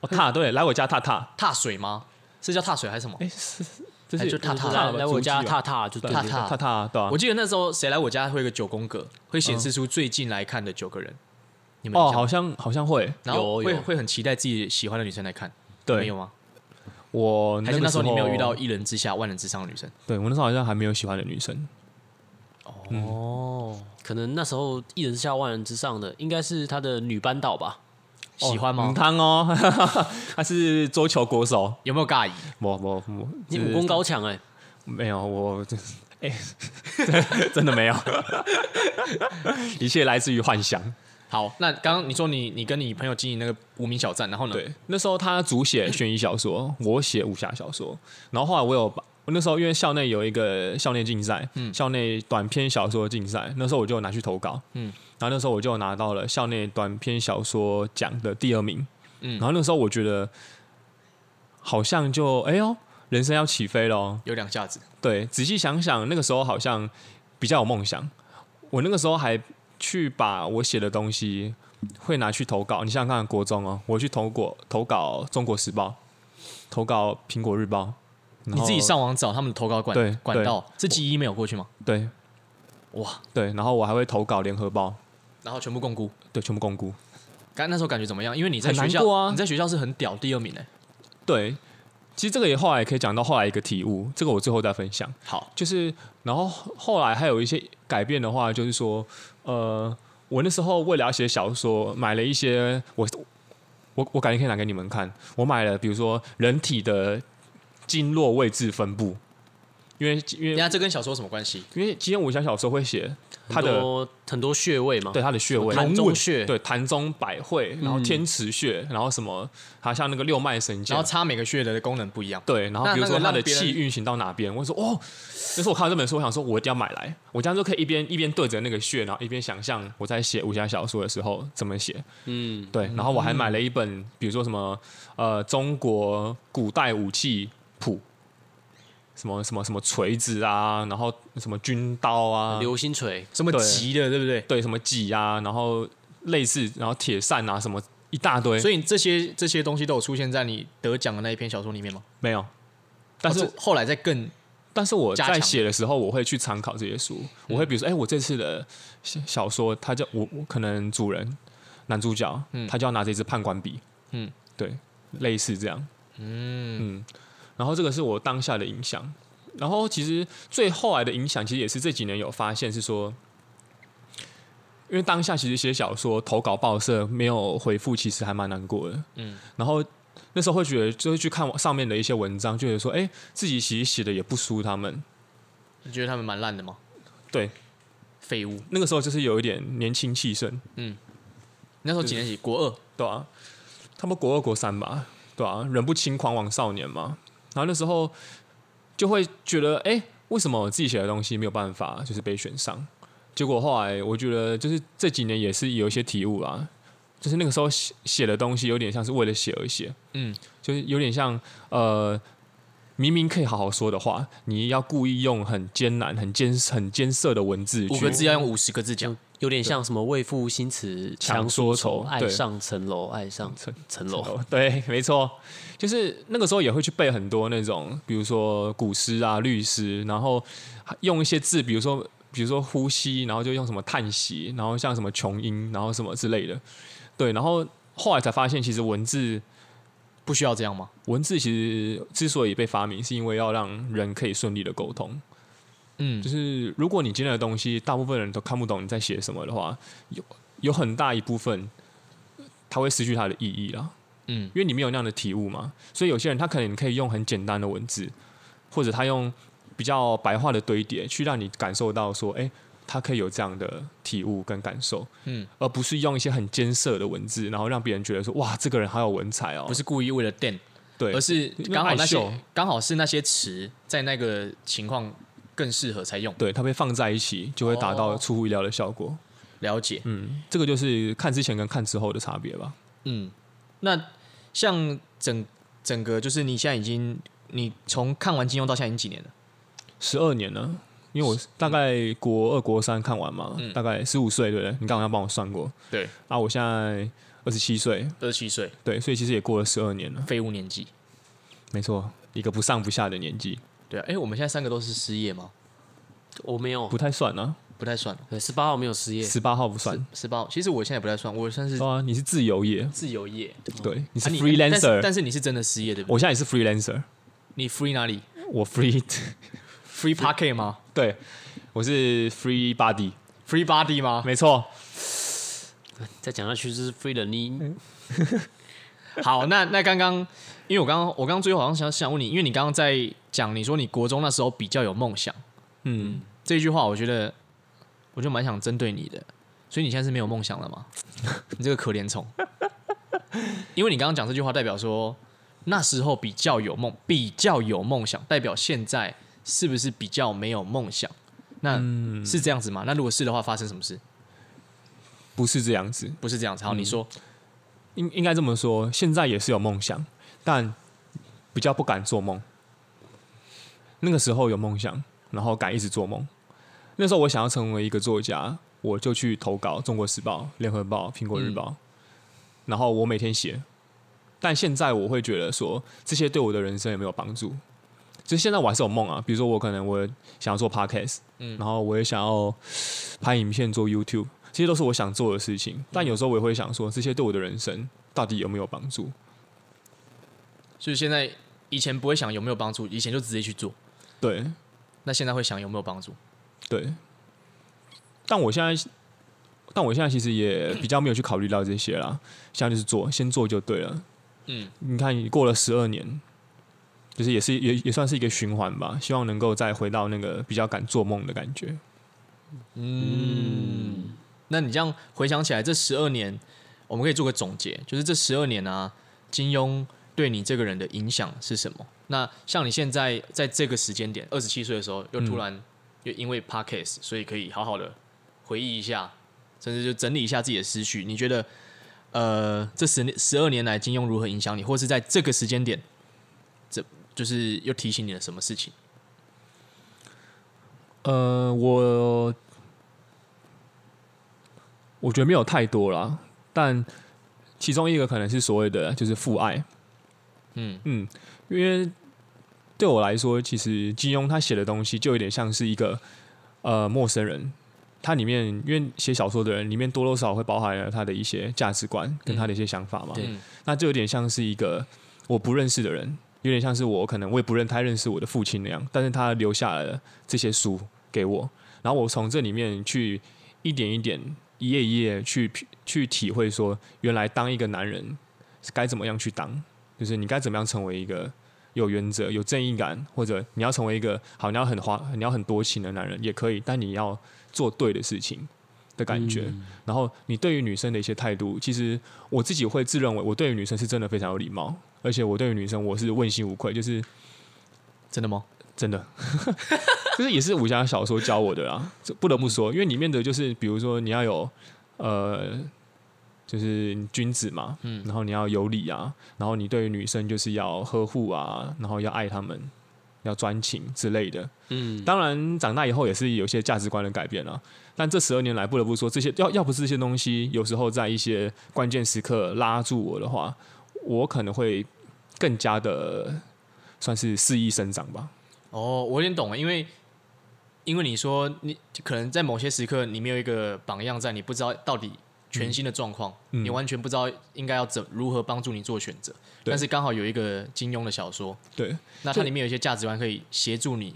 C: 哦踏对，来我家踏踏，
B: 踏水吗？是叫踏水还是什么？
C: 哎是就
B: 哎就是踏踏
A: 来
C: 吧
A: 来我家
C: 足迹哦
A: 踏踏就对
B: 踏
A: 了
B: 踏
C: 踏踏对吧哦
B: 我？记得那时候谁来我家会有个九宫格，会显示出最近来看的九个人。你们有
C: 哦，
B: 这样
C: 好像好像会，
B: 然后
A: 有
B: 会
A: 有
B: 会很期待自己喜欢的女生来看，没
C: 对
B: 有，吗？
C: 我
B: 还是那
C: 个
B: 时候你没有遇到，一人之下万人之上的女生？
C: 对我那时候好像还没有喜欢的女生，
B: 哦，
A: 可能那时候一人之下万人之上的应该是他的女班导吧，
B: 喜欢吗
C: 母？汤哦， [LAUGHS] 他是桌球国手，
B: 有没有尬意？
C: 我我我，
A: 你
C: 就是
A: 武功高强哎、
C: 没有，我这哎、 [LAUGHS] 真的没有， [LAUGHS] 一切来自于幻想。
B: 好，那刚刚你说你你跟你朋友经营那个无名小站，然后呢？
C: 对，那时候他主写悬疑小说，
B: [LAUGHS]
C: 我写武侠小说，然后后来我有把。我那时候因为校内有一个校内竞赛，
B: 嗯
C: 校内短篇小说竞赛，那时候我就拿去投稿，
B: 嗯
C: 然后那时候我就拿到了校内短篇小说奖的第二名，
B: 嗯
C: 然后那时候我觉得好像就哎呦，人生要起飞喽，
B: 有两下子，
C: 对，仔细想想，那个时候好像比较有梦想。我那个时候还去把我写的东西会拿去投稿。你想想看，国中哦，我去投过投稿《中国时报》，投稿《苹果日报》然
B: 你
C: 后，
B: 自己上网找他们的投稿
C: 对
B: 管管道，是寄 email 过去吗？
C: 对
B: 哇，
C: 对，然后我还会投稿《联合报》，
B: 然后全部共估。
C: 对，全部公估。
B: 刚那时候感觉怎么样？因为你在
C: 很
B: 学
C: 难
B: 校，
C: 过啊
B: 你在学校是很屌第二名哎。
C: 对，其实这个也后来也可以讲到后来一个体悟，这个我最后再分享。
B: 好，
C: 就是，然后后来还有一些改变的话，就是说，呃，我那时候为了要写小说，买了一些我我我感觉可以拿给你们看。我买了，比如说人体的经络位置分布，因为因
B: 人
C: 为
B: 家这跟小说有什么关系？
C: 因为金庸武侠小说会写他
A: 很
C: 的
A: 多很多穴位嘛，
C: 对，他的穴位，
A: 檀中
C: 龙尾
A: 穴嗯
C: 对檀中百会，然后天池穴，然后什么，还像那个六脉神
B: 然
C: 剑
B: 后，插每个穴的功能不一样。
C: 对，然后比如说
B: 那那个
C: 他
B: 让
C: 的
B: 别人
C: 气运行到哪边，我就说哦，那时候我看到这本书，我想说我一定要买来，我这样就可以一边一边对着那个穴，然后一边想象我在写武侠小说的时候怎么写，
A: 嗯，
C: 对，然后我还买了一本，比如说什么呃中国古代武器谱。什么什么什么锤子啊，然后什么军刀啊，
A: 流星锤，
B: 什么
C: 对
B: 急的，对不对？
C: 对，什么戟啊，然后类似，然后铁扇啊，什么一大堆，
B: 所
C: 以
B: 以这些这些东西都有出现在你得奖的那一篇小说里面吗？
C: 没有。但是，
B: 哦这后来再更
C: 但是我
B: 加强嗯
C: 在写的时候，我会去参考这些书，我会比如说，哎、我这次的小小说，他叫我我可能主人男主角，他就要拿着一支判官笔，嗯
B: 嗯，
C: 对，类似这样，嗯然后这个是我当下的影响，然后其实最后来的影响，其实也是这几年有发现是说。因为当下其实写小说投稿报社没有回复，其实还蛮难过的。嗯，然后那时候会觉得，就会去看上面的一些文章，就觉得说，哎、自己其实写的也不输他们。
B: 你觉得他们蛮烂的吗？
C: 对，
B: 废物。
C: 那个时候就是有一点年轻气盛，
B: 你那时候几年级？国二。
C: 对啊，他们国二国三吧，对啊，人不轻狂枉少年嘛。然后那时候就会觉得，哎、为什么我自己写的东西没有办法就是被选上？结果后来我觉得，就是这几年也是有一些体悟啦，就是那个时候写写的东西有点像是为了写而写，
B: 嗯，
C: 就是有点像呃，明明可以好好说的话，你要故意用很艰难、很艰很艰涩的文字去，
B: 五个字要用五十个字讲。
A: 有点像什么为赋新词
C: 强
A: 强说
C: 说愁
A: 愁，爱
C: 对
A: 上层楼，爱上层层楼。
C: 哦， [LAUGHS] 对，没错，就是那个时候也会去背很多那种，比如说古诗啊、律诗，然后用一些字，比如说比如说呼吸，然后就用什么叹息，然后像什么穷音，然后什么之类的。对，然后后来才发现，其实文字
B: 不需要这样吗？
C: 文字其实之所以被发明，是因为要让人可以顺利的沟通。
B: 嗯
C: 就，是如果你今天的东西大部分人都看不懂你在写什么的话，有有很大一部分它会失去它的意义啦。
B: 嗯，
C: 因为你没有那样的体悟嘛，所以有些人他可能可以用很简单的文字，或者他用比较白话的堆叠，去让你感受到说，哎、他可以有这样的体悟跟感受，嗯
B: 嗯，
C: 而不是用一些很艰涩的文字，然后让别人觉得说，哇，这个人好有文采哦，
B: 不是故意为了电，
C: 对，
B: 而是
C: 因为
B: 刚好那
C: 爱秀
B: 些刚好是那些词在那个情况更适合才用。
C: 对，他被放在一起就会达到
B: 哦
C: 出乎意料的效果，
B: 了解，
C: 嗯，这个就是看之前跟看之后的差别吧。
B: 嗯，那像整整个就是你现在已经你从看完金庸到现在已经几年了？
C: 十二年了，因为我大概国二、国三看完嘛，
B: 嗯
C: 大概十五岁，对不对？你刚刚帮我算过，
B: 对，
C: 啊，我现在二十七岁，
B: 二十七岁，
C: 对，所以其实也过了十二年了，
B: 废物年纪。
C: 没错，一个不上不下的年纪，
B: 对啊，哎、我们现在三个都是失业吗？
A: 我没有
C: 不，太算啊。
B: 不太算，哦
A: 十八号没有失业，
C: 十八号不算，
B: 十八。其实我现在也不太算，我算是
C: 对啊，你是自由业，
B: 自由业。
C: 对，你是
B: 啊你但
C: freelancer，、
B: 是但是你是真的失业对不对？
C: 我现在也是 freelancer，
B: 你 free 哪里
C: 我 free， [LAUGHS]
B: ？free pocket 吗
C: 对，我是 free body，
B: ？free body 吗？
C: 没错，
A: 再讲下去就是 free 了。你
B: 好，那那刚刚，因为我刚刚我刚刚最后好像想想问你，因为你刚刚在讲，你说你国中那时候比较有梦想
C: 嗯，
B: 这一句话，我觉得我就蛮想针对你的，所以你现在是没有梦想了吗？ [LAUGHS] 你这个可怜虫， [LAUGHS] 因为你刚刚讲这句话，代表说那时候比较有梦，比较有梦想，代表现在是不是比较没有梦想？那是这样子吗？那如果是的话，发生什么事？
C: 不是这样子，
B: 不是这样子。好，你说，
C: 应应该这么说，现在也是有梦想，但比较不敢做梦。那个时候有梦想，然后敢一直做梦。那时候我想要成为一个作家，我就去投稿《中国时报》《联合报》《苹果日报》然后我每天写。但现在我会觉得说，这些对我的人生有没有帮助？就是现在我还是有梦啊，比如说我可能我想要做 podcast，嗯，然后我也想要拍影片做 YouTube，这些都是我想做的事情。但有时候我也会想说，这些对我的人生到底有没有帮助？
B: 所以现在以前不会想有没有帮助，以前就直接去做。
C: 对
B: 那现在会想有没有帮助？
C: 对，但我现在，但我现在其实也比较没有去考虑到这些啦。现在就是做，先做就对了。
B: 嗯，
C: 你看，你过了十二年，就是也是也也算是一个循环吧，希望能够再回到那个比较敢做梦的感觉。
B: 那你这样回想起来，这十二年，我们可以做个总结，就是这十二年啊，金庸对你这个人的影响是什么？那像你现在在这个时间点，二十七岁的时候，又突然又因为 podcast，所以可以好好的回忆一下，甚至就整理一下自己的思绪。你觉得，呃，这十十二年来，金庸如何影响你，或是在这个时间点，这就是又提醒你了什么事情？
C: 呃，我我觉得没有太多啦，但其中一个可能是所谓的就是父爱，
B: 嗯
C: 嗯，因为对我来说，其实金庸他写的东西就有点像是一个呃陌生人，他里面因为写小说的人里面多多少少会包含了他的一些价值观跟他的一些想法嘛，
A: 对
B: 嗯
C: 那就有点像是一个我不认识的人，有点像是我可能我也不认太认识我的父亲那样，但是他留下了这些书给我，然后我从这里面去一点一点、一页一页去去体会说，原来当一个男人是该怎么样去当，就是你该怎么样成为一个。有原则、有正义感，或者你要成为一个好，你要很花，你要很多情的男人也可以，但你要做对的事情的感觉。然后你对于女生的一些态度，其实我自己会自认为我对于女生是真的非常有礼貌，而且我对于女生我是问心无愧，就是
B: 真的吗？
C: 真的， [LAUGHS] 就是也是武侠小说教我的啦，这不得不说，因为里面的就是比如说你要有呃，就是君子嘛，嗯，然后你要有礼啊，然后你对于女生就是要呵护啊，然后要爱她们，要专情之类的，嗯，当然长大以后也是有些价值观的改变了、但这十二年来不得不说，这些要要不是这些东西，有时候在一些关键时刻拉住我的话，我可能会更加的算是肆意生长吧。
B: 哦，我有点懂了，因为因为你说你可能在某些时刻你没有一个榜样在，你不知道到底全新的状况，
C: 嗯
B: 你完全不知道应该要怎如何帮助你做选择。
C: 对
B: 但是刚好有一个金庸的小说，
C: 对，
B: 那它里面有一些价值观可以协助你，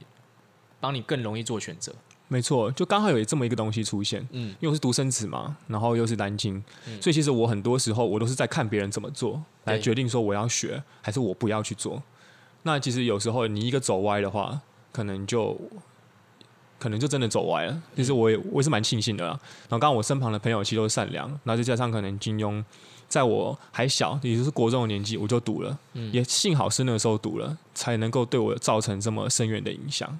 B: 帮你更容易做选择。
C: 没错，就刚好有这么一个东西出现。
B: 嗯
C: 嗯，因为我是独生子嘛，然后又是单亲，所以其实我很多时候我都是在看别人怎么做，来
B: 对
C: 决定说我要学还是我不要去做。那其实有时候你一个走歪的话，可能就可能就真的走歪了。其
B: 嗯
C: 实我也我也是蛮庆幸的啦。然后刚刚我身旁的朋友其实都是善良，然后再加上可能金庸，在我还小，也就是国中的年纪，我就读了，
B: 嗯
C: 也幸好是那个时候读了，才能够对我造成这么深远的影响。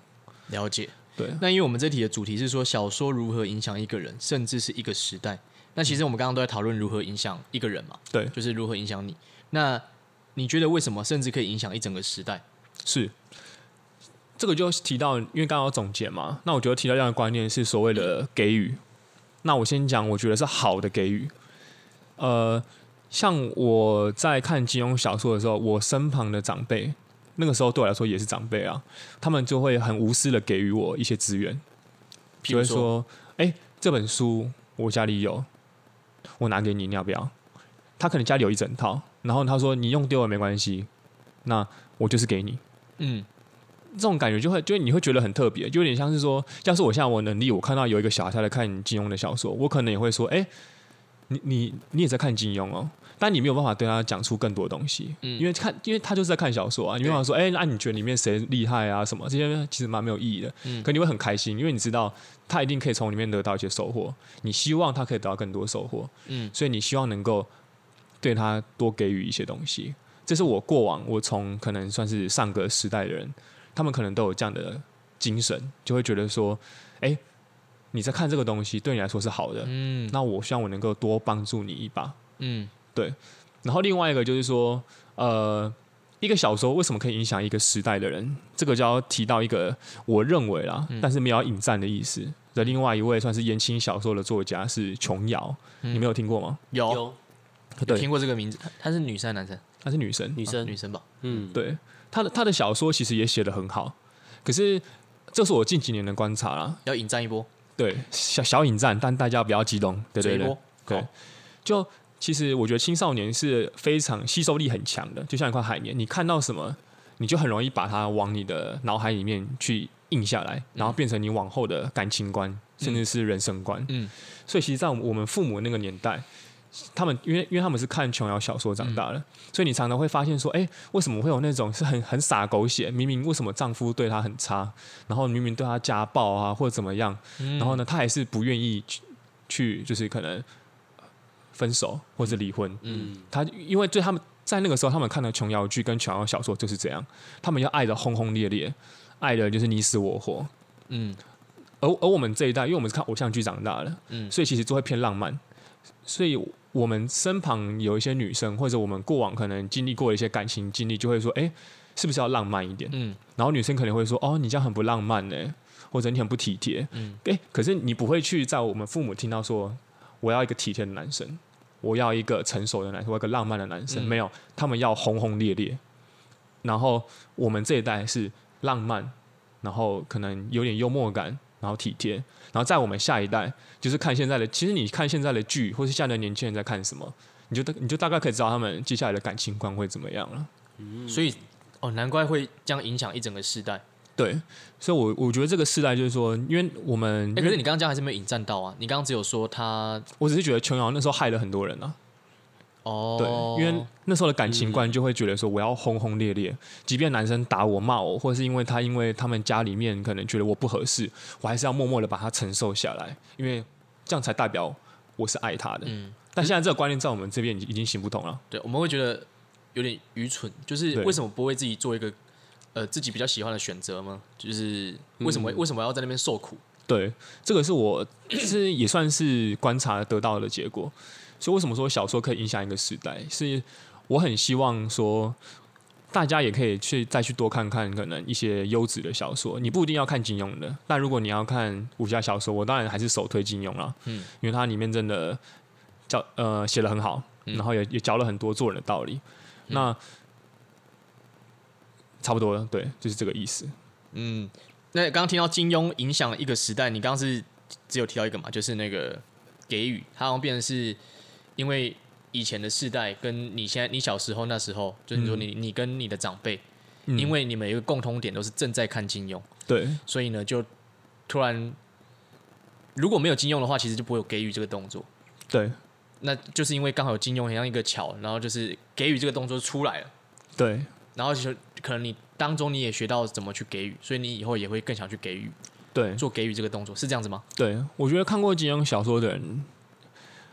B: 了解。
C: 对，
B: 那因为我们这题的主题是说小说如何影响一个人，甚至是一个时代。那其实我们刚刚都在讨论如何影响一个人嘛，
C: 对
B: 就是如何影响你。那你觉得为什么甚至可以影响一整个时代？
C: 是，这个就提到，因为刚刚有总结嘛，那我觉得提到这样的观念是所谓
B: 嗯
C: 的给予。那我先讲，我觉得是好的给予。呃，像我在看金庸小说的时候，我身旁的长辈，那个时候对我来说也是长辈啊，他们就会很无私的给予我一些资源，
B: 譬
C: 就
B: 如
C: 会说：“哎、这本书我家里有，我拿给你，你要不要？”他可能家里有一整套，然后他说：“你用丢了没关系，那我就是给你。”
B: 嗯，
C: 这种感觉就会，就你会觉得很特别，就有点像是说，要是我现在我能力，我看到有一个小孩他在看金庸的小说，我可能也会说，哎、你你你也在看金庸哦，但你没有办法对他讲出更多东西，因为看，因为他就是在看小说啊，你没有办法说，哎、那你觉得里面谁厉害啊什么，这些其实蛮没有意义的，可你会很开心，因为你知道他一定可以从里面得到一些收获，你希望他可以得到更多收获，
B: 嗯
C: 所以你希望能够对他多给予一些东西，这是我过往我从可能算是上个时代的人。他们可能都有这样的精神，就会觉得说，哎、你在看这个东西对你来说是好的，
B: 嗯
C: 那我希望我能够多帮助你一把。
B: 嗯，
C: 然后另外一个就是说，呃，一个小说为什么可以影响一个时代的人？这个就要提到一个我认为啦，
B: 嗯
C: 但是没有要引战的意思的另外一位算是言情小说的作家是琼瑶，你没有听过吗？
B: 有
A: 有
B: 嗯有
C: 对
B: 听过这个名字，她是女生还是男生？
C: 她是女生，
A: 女生
B: 啊女，生吧。
A: 嗯，
C: 对，她的她的小说其实也写得很好，可是这是我近几年的观察啦，
B: 要引战一波，
C: 对，小小引战，但大家不要激动，对对
B: 追一
C: 对
B: 波，
C: 对
B: 好。
C: 就其实我觉得青少年是非常吸收力很强的，就像一块海绵，你看到什么，你就很容易把它往你的脑海里面去印下来，然后变成你往后的感情观，甚至是人生观。
B: 嗯
C: 所以其实，在我们父母那个年代，他们因为因为他们是看琼瑶小说长大的，
B: 嗯
C: 所以你常常会发现说，哎、为什么会有那种是很很傻狗血？明明为什么丈夫对她很差，然后明明对她家暴啊或者怎么样，
B: 嗯
C: 然后呢，她还是不愿意去去，就是可能分手或者离婚。
A: 嗯，
C: 她因为对他们在那个时候，他们看的琼瑶剧跟琼瑶小说就是这样，他们要爱的轰轰烈烈，爱的就是你死我活。
B: 嗯，
C: 而而我们这一代，因为我们是看偶像剧长大的，
B: 嗯
C: 所以其实就会偏浪漫。所以我们身旁有一些女生，或者我们过往可能经历过一些感情经历，就会说，哎、是不是要浪漫一点？
B: 嗯，
C: 然后女生可能会说，哦，你这样很不浪漫呢、或者你很不体贴。嗯，哎、可是你不会去在我们父母听到说，我要一个体贴的男生，我要一个成熟的男生，我要一个浪漫的男
B: 嗯
C: 生，没有，他们要轰轰烈烈。然后我们这一代是浪漫，然后可能有点幽默感，然后体贴，然后在我们下一代，就是看现在的，其实你看现在的剧，或是现在的年轻人在看什么，你就大你就大概可以知道他们接下来的感情观会怎么样了。嗯
B: 所以哦，难怪会这样影响一整个世代。
C: 对，所以我，我觉得这个世代就是说，因为我们，
B: 哎、
C: 因
B: 可
C: 为
B: 是你刚刚这样还是没有引战到啊！你刚刚只有说他
C: 我只是觉得琼瑶那时候害了很多人啊。
B: 哦，
C: 对，因为那时候的感情观就会觉得说，我要轰轰烈烈，即便男生打我、骂我，或是因为他因为他们家里面可能觉得我不合适，我还是要默默的把它承受下来，因为这样才代表我是爱他的。
B: 嗯
C: 但现在这个观念在我们这边已经已经行不通了。
B: 对，我们会觉得有点愚蠢，就是
C: 对
B: 为什么不为自己做一个呃自己比较喜欢的选择吗？就是为
C: 嗯
B: 什么、为什么要在那边受苦？
C: 对，这个是我是也算是观察得到的结果。所以为什么说小说可以影响一个时代？是我很希望说，大家也可以去再去多看看可能一些优质的小说。你不一定要看金庸的，但如果你要看武侠小说，我当然还是首推金庸啦。嗯，因为它里面真的教呃写的很好，
B: 嗯
C: 然后也也教了很多做人的道理。那差不多了，对，就是这个意思。
B: 嗯，那刚刚听到金庸影响一个时代，你刚刚是只有提到一个嘛，就是那个给予，它好像变成是因为以前的世代跟你现在你小时候那时候，就是你说你、你跟你的长辈，
C: 嗯
B: 因为你们有一个共通点都是正在看金庸，
C: 对，
B: 所以呢就突然如果没有金庸的话，其实就不会有给予这个动作。
C: 对，
B: 那就是因为刚好有金庸很像一个桥，然后就是给予这个动作出来了，
C: 对，
B: 然后就可能你当中你也学到怎么去给予，所以你以后也会更想去给予，
C: 对。
B: 做给予这个动作，是这样子吗？
C: 对，我觉得看过金庸小说的人，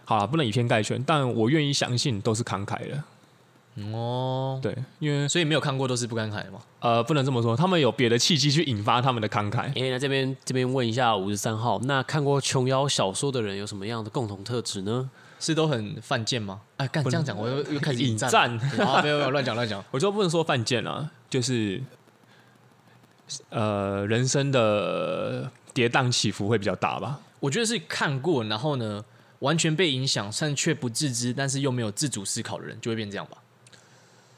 C: 好了，不能以偏概全，但我愿意相信都是慷慨的。
B: 哦，
C: 对，因为
B: 所以没有看过都是不感慨的嘛。
C: 呃，不能这么说，他们有别的契机去引发他们的慷慨。
A: 哎、那这边这边问一下五十三号，那看过琼瑶小说的人有什么样的共同特质呢？
B: 是都很犯贱吗？哎，干这样讲，我又又开始
C: 引
B: 战了。 [LAUGHS]
C: 战，
B: 对啊，没有没有乱讲乱讲。
C: 我就不能说犯贱啊，就是呃，人生的跌宕起伏会比较大吧。
B: 我觉得是看过，然后呢，完全被影响，但却不自知，但是又没有自主思考的人，就会变这样吧。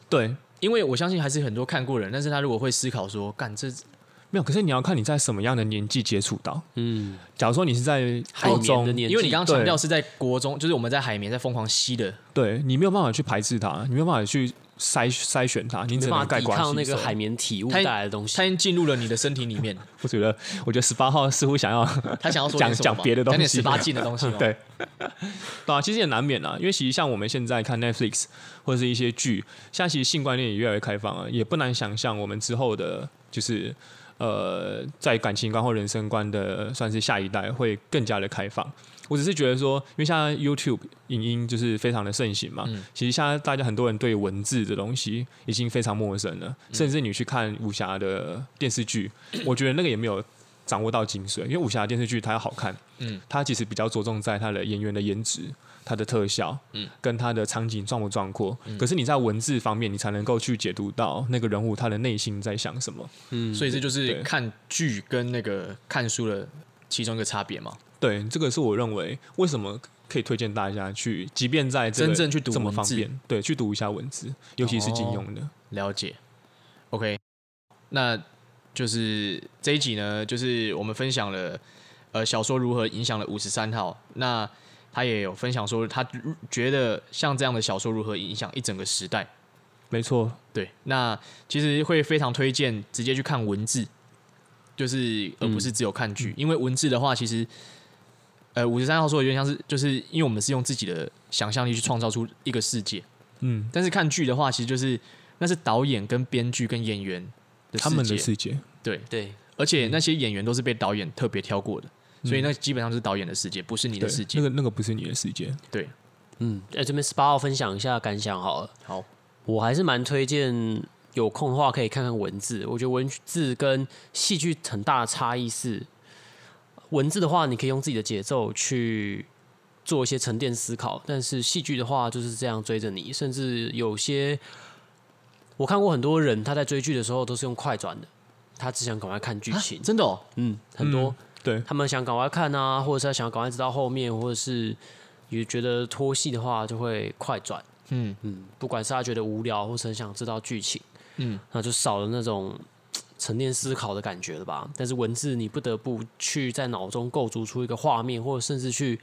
C: 对，
B: 因为我相信还是很多看过的人，但是他如果会思考说，干这
C: 没有，可是你要看你在什么样的年纪接触到。
A: 嗯，
C: 假如说你是在
A: 海
C: 高
A: 绵
C: 中
A: 的，年纪，
B: 因为你刚刚强
C: 对
B: 调是在国中，就是我们在海绵在疯狂吸的，
C: 对你没有办法去排斥它，你没有办法去筛筛选它，你
A: 没
C: 只
A: 办
C: 能
A: 法
C: 盖
A: 抵
C: 棺
A: 抗
C: 吸
A: 那个
C: 收
A: 海绵体物
B: 它
A: 带来的东西
B: 它。已经进入了你的身体里面。 [LAUGHS]
C: 我觉得，我觉得十八号似乎想要
B: 他想要说
C: 讲
B: 点什么吗
C: 讲别的东
B: 讲
C: 西
B: 点十八禁的东 [LAUGHS] 西吗？
C: 对， [LAUGHS] 对啊，其实也难免啦，因为其实像我们现在看 Netflix 或者是一些剧，现在其实性观念也越来越开放了，也不难想象我们之后的，就是呃，在感情观或人生观的，算是下一代会更加的开放。我只是觉得说，因为现在 YouTube 影音就是非常的盛行嘛，其实现在大家很多人对文字的东西已经非常陌生了，甚至你去看武侠的电视剧，我觉得那个也没有掌握到精髓，因为武侠电视剧它要好看，嗯，它其实比较着重在它的演员的颜值、它的特效，嗯，跟它的场景壮不壮阔。
B: 嗯
C: 可是你在文字方面，你才能够去解读到那个人物他的内心在想什么。
A: 嗯
B: 所以这就是
C: 对
B: 看剧跟那个看书的其中一个差别嘛。
C: 对，这个是我认为为什么可以推荐大家去，即便在这个
B: 真正去读
C: 这么
B: 文
C: 方
B: 字
C: 便，对，去读一下文字，尤其是金
B: 哦
C: 庸的。
B: 了解，OK，那就是这一集呢，就是我们分享了呃小说如何影响了五十三号，那他也有分享说他觉得像这样的小说如何影响一整个时代。
C: 没错，
B: 对，那其实会非常推荐直接去
C: 嗯
B: 看文字，就是而不是只有看剧，因为文字的话，其实呃，五十三号说的有点像是，就是因为我们是用自己的想象力去创造出一个世界，
C: 嗯，
B: 但是看剧的话，其实就是那是导演跟编剧跟演员的
C: 他们
B: 世
C: 的
B: 界
C: 世界，
B: 对，
A: 对，
B: 而且那些演员都是被导演特别挑过的，所以那基本上是导演的世界，不是你
C: 嗯对
B: 的世，界。
C: 那个那个不是你的世界，
B: 对，
A: 嗯，哎、这边十八号分享一下感想好了。
C: 啊
B: 好，
A: 我还是蛮推荐有空的话可以看看文字，我觉得文字跟戏剧很大的差异是，文字的话你可以用自己的节奏去做一些沉淀思考，但是戏剧的话就是这样追着你，甚至有些我看过很多人他在追剧的时候都是用快转的，他只想赶快看剧
B: 啊
A: 情，
B: 真的哦，
A: 嗯，很多。
C: 嗯对，
A: 他们想赶快看啊，或者是他想赶快知道后面，或者是也觉得拖戏的话就会快转。
B: 嗯
A: 嗯，不管是他觉得无聊，或是很想知道剧情，
B: 嗯，
A: 那就少了那种嘖沉淀思考的感觉了吧。但是文字你不得不去在脑中构筑出一个画面，或者甚至去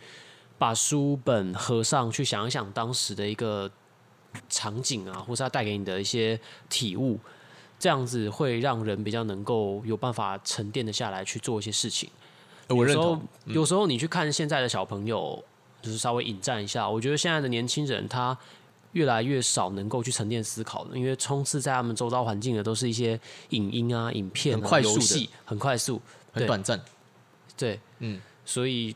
A: 把书本合上，去想一想当时的一个场景啊，或是它带给你的一些体悟，这样子会让人比较能够有办法沉淀的下来去做一些事情。
B: 呃我
A: 有
B: 认
A: 时候
B: 同。
A: 有时候你去看现在的小朋友，就是稍微引战一下，我觉得现在的年轻人他越来越少能够去沉淀思考了，因为充斥在他们周遭环境的都是一些影音啊、影片、
B: 很
A: 啊、
B: 快速的
A: 游戏，很快速，
B: 很短暂，
A: 对，
B: 嗯，
A: 所以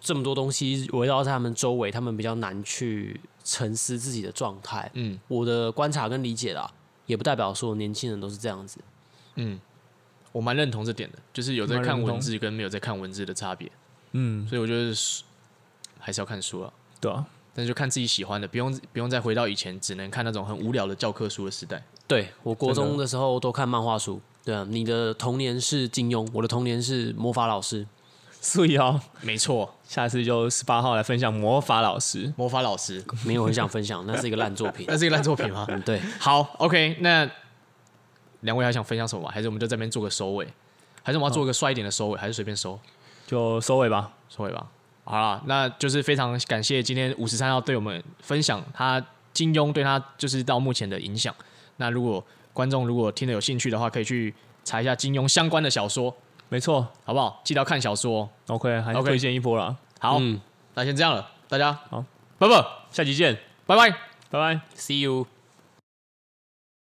A: 这么多东西围绕在他们周围，他们比较难去沉思自己的状态。
B: 嗯
A: 我的观察跟理解啦，也不代表说年轻人都是这样子。
B: 嗯，我蛮认同这点的，就是有在
C: 蛮认
B: 看
C: 同
B: 文字跟没有在看文字的差别，
C: 嗯，
B: 所以我觉得是还是要看书啊，
C: 对啊，
B: 但是就看自己喜欢的，不用不用再回到以前只能看那种很无聊的教科书的时代。
A: 对我国
C: 真的
A: 中的时候都看漫画书。对啊，你的童年是金庸，我的童年是魔法老师。
C: 所以哦，
B: 没错，
C: 下次就十八号来分享魔法老师，
B: 魔法老师，
A: 没有很想分享，那是一个烂作
B: [LAUGHS]
A: 品。
B: 那是一个烂作品吗？
A: 对，
B: 好，OK，那两位还想分享什么吗？还是我们就这边做个收尾？还是我们要做一个帅一点的收尾？还是随便收
C: 就收尾吧。
B: 收尾吧？好啦，那就是非常感谢今天五十三号对我们分享他金庸对他就是到目前的影响。那如果观众如果听得有兴趣的话，可以去查一下金庸相关的小说，
C: 没错
B: 好不好？记得要看小说哦。
C: ，OK，还是
B: OK
C: 推荐一波啦。
B: 好，
A: 嗯
B: 那先这样了，大家
C: 好，
B: 拜拜，
C: 下期见，
B: 拜拜。
C: 拜拜。
A: ，See you。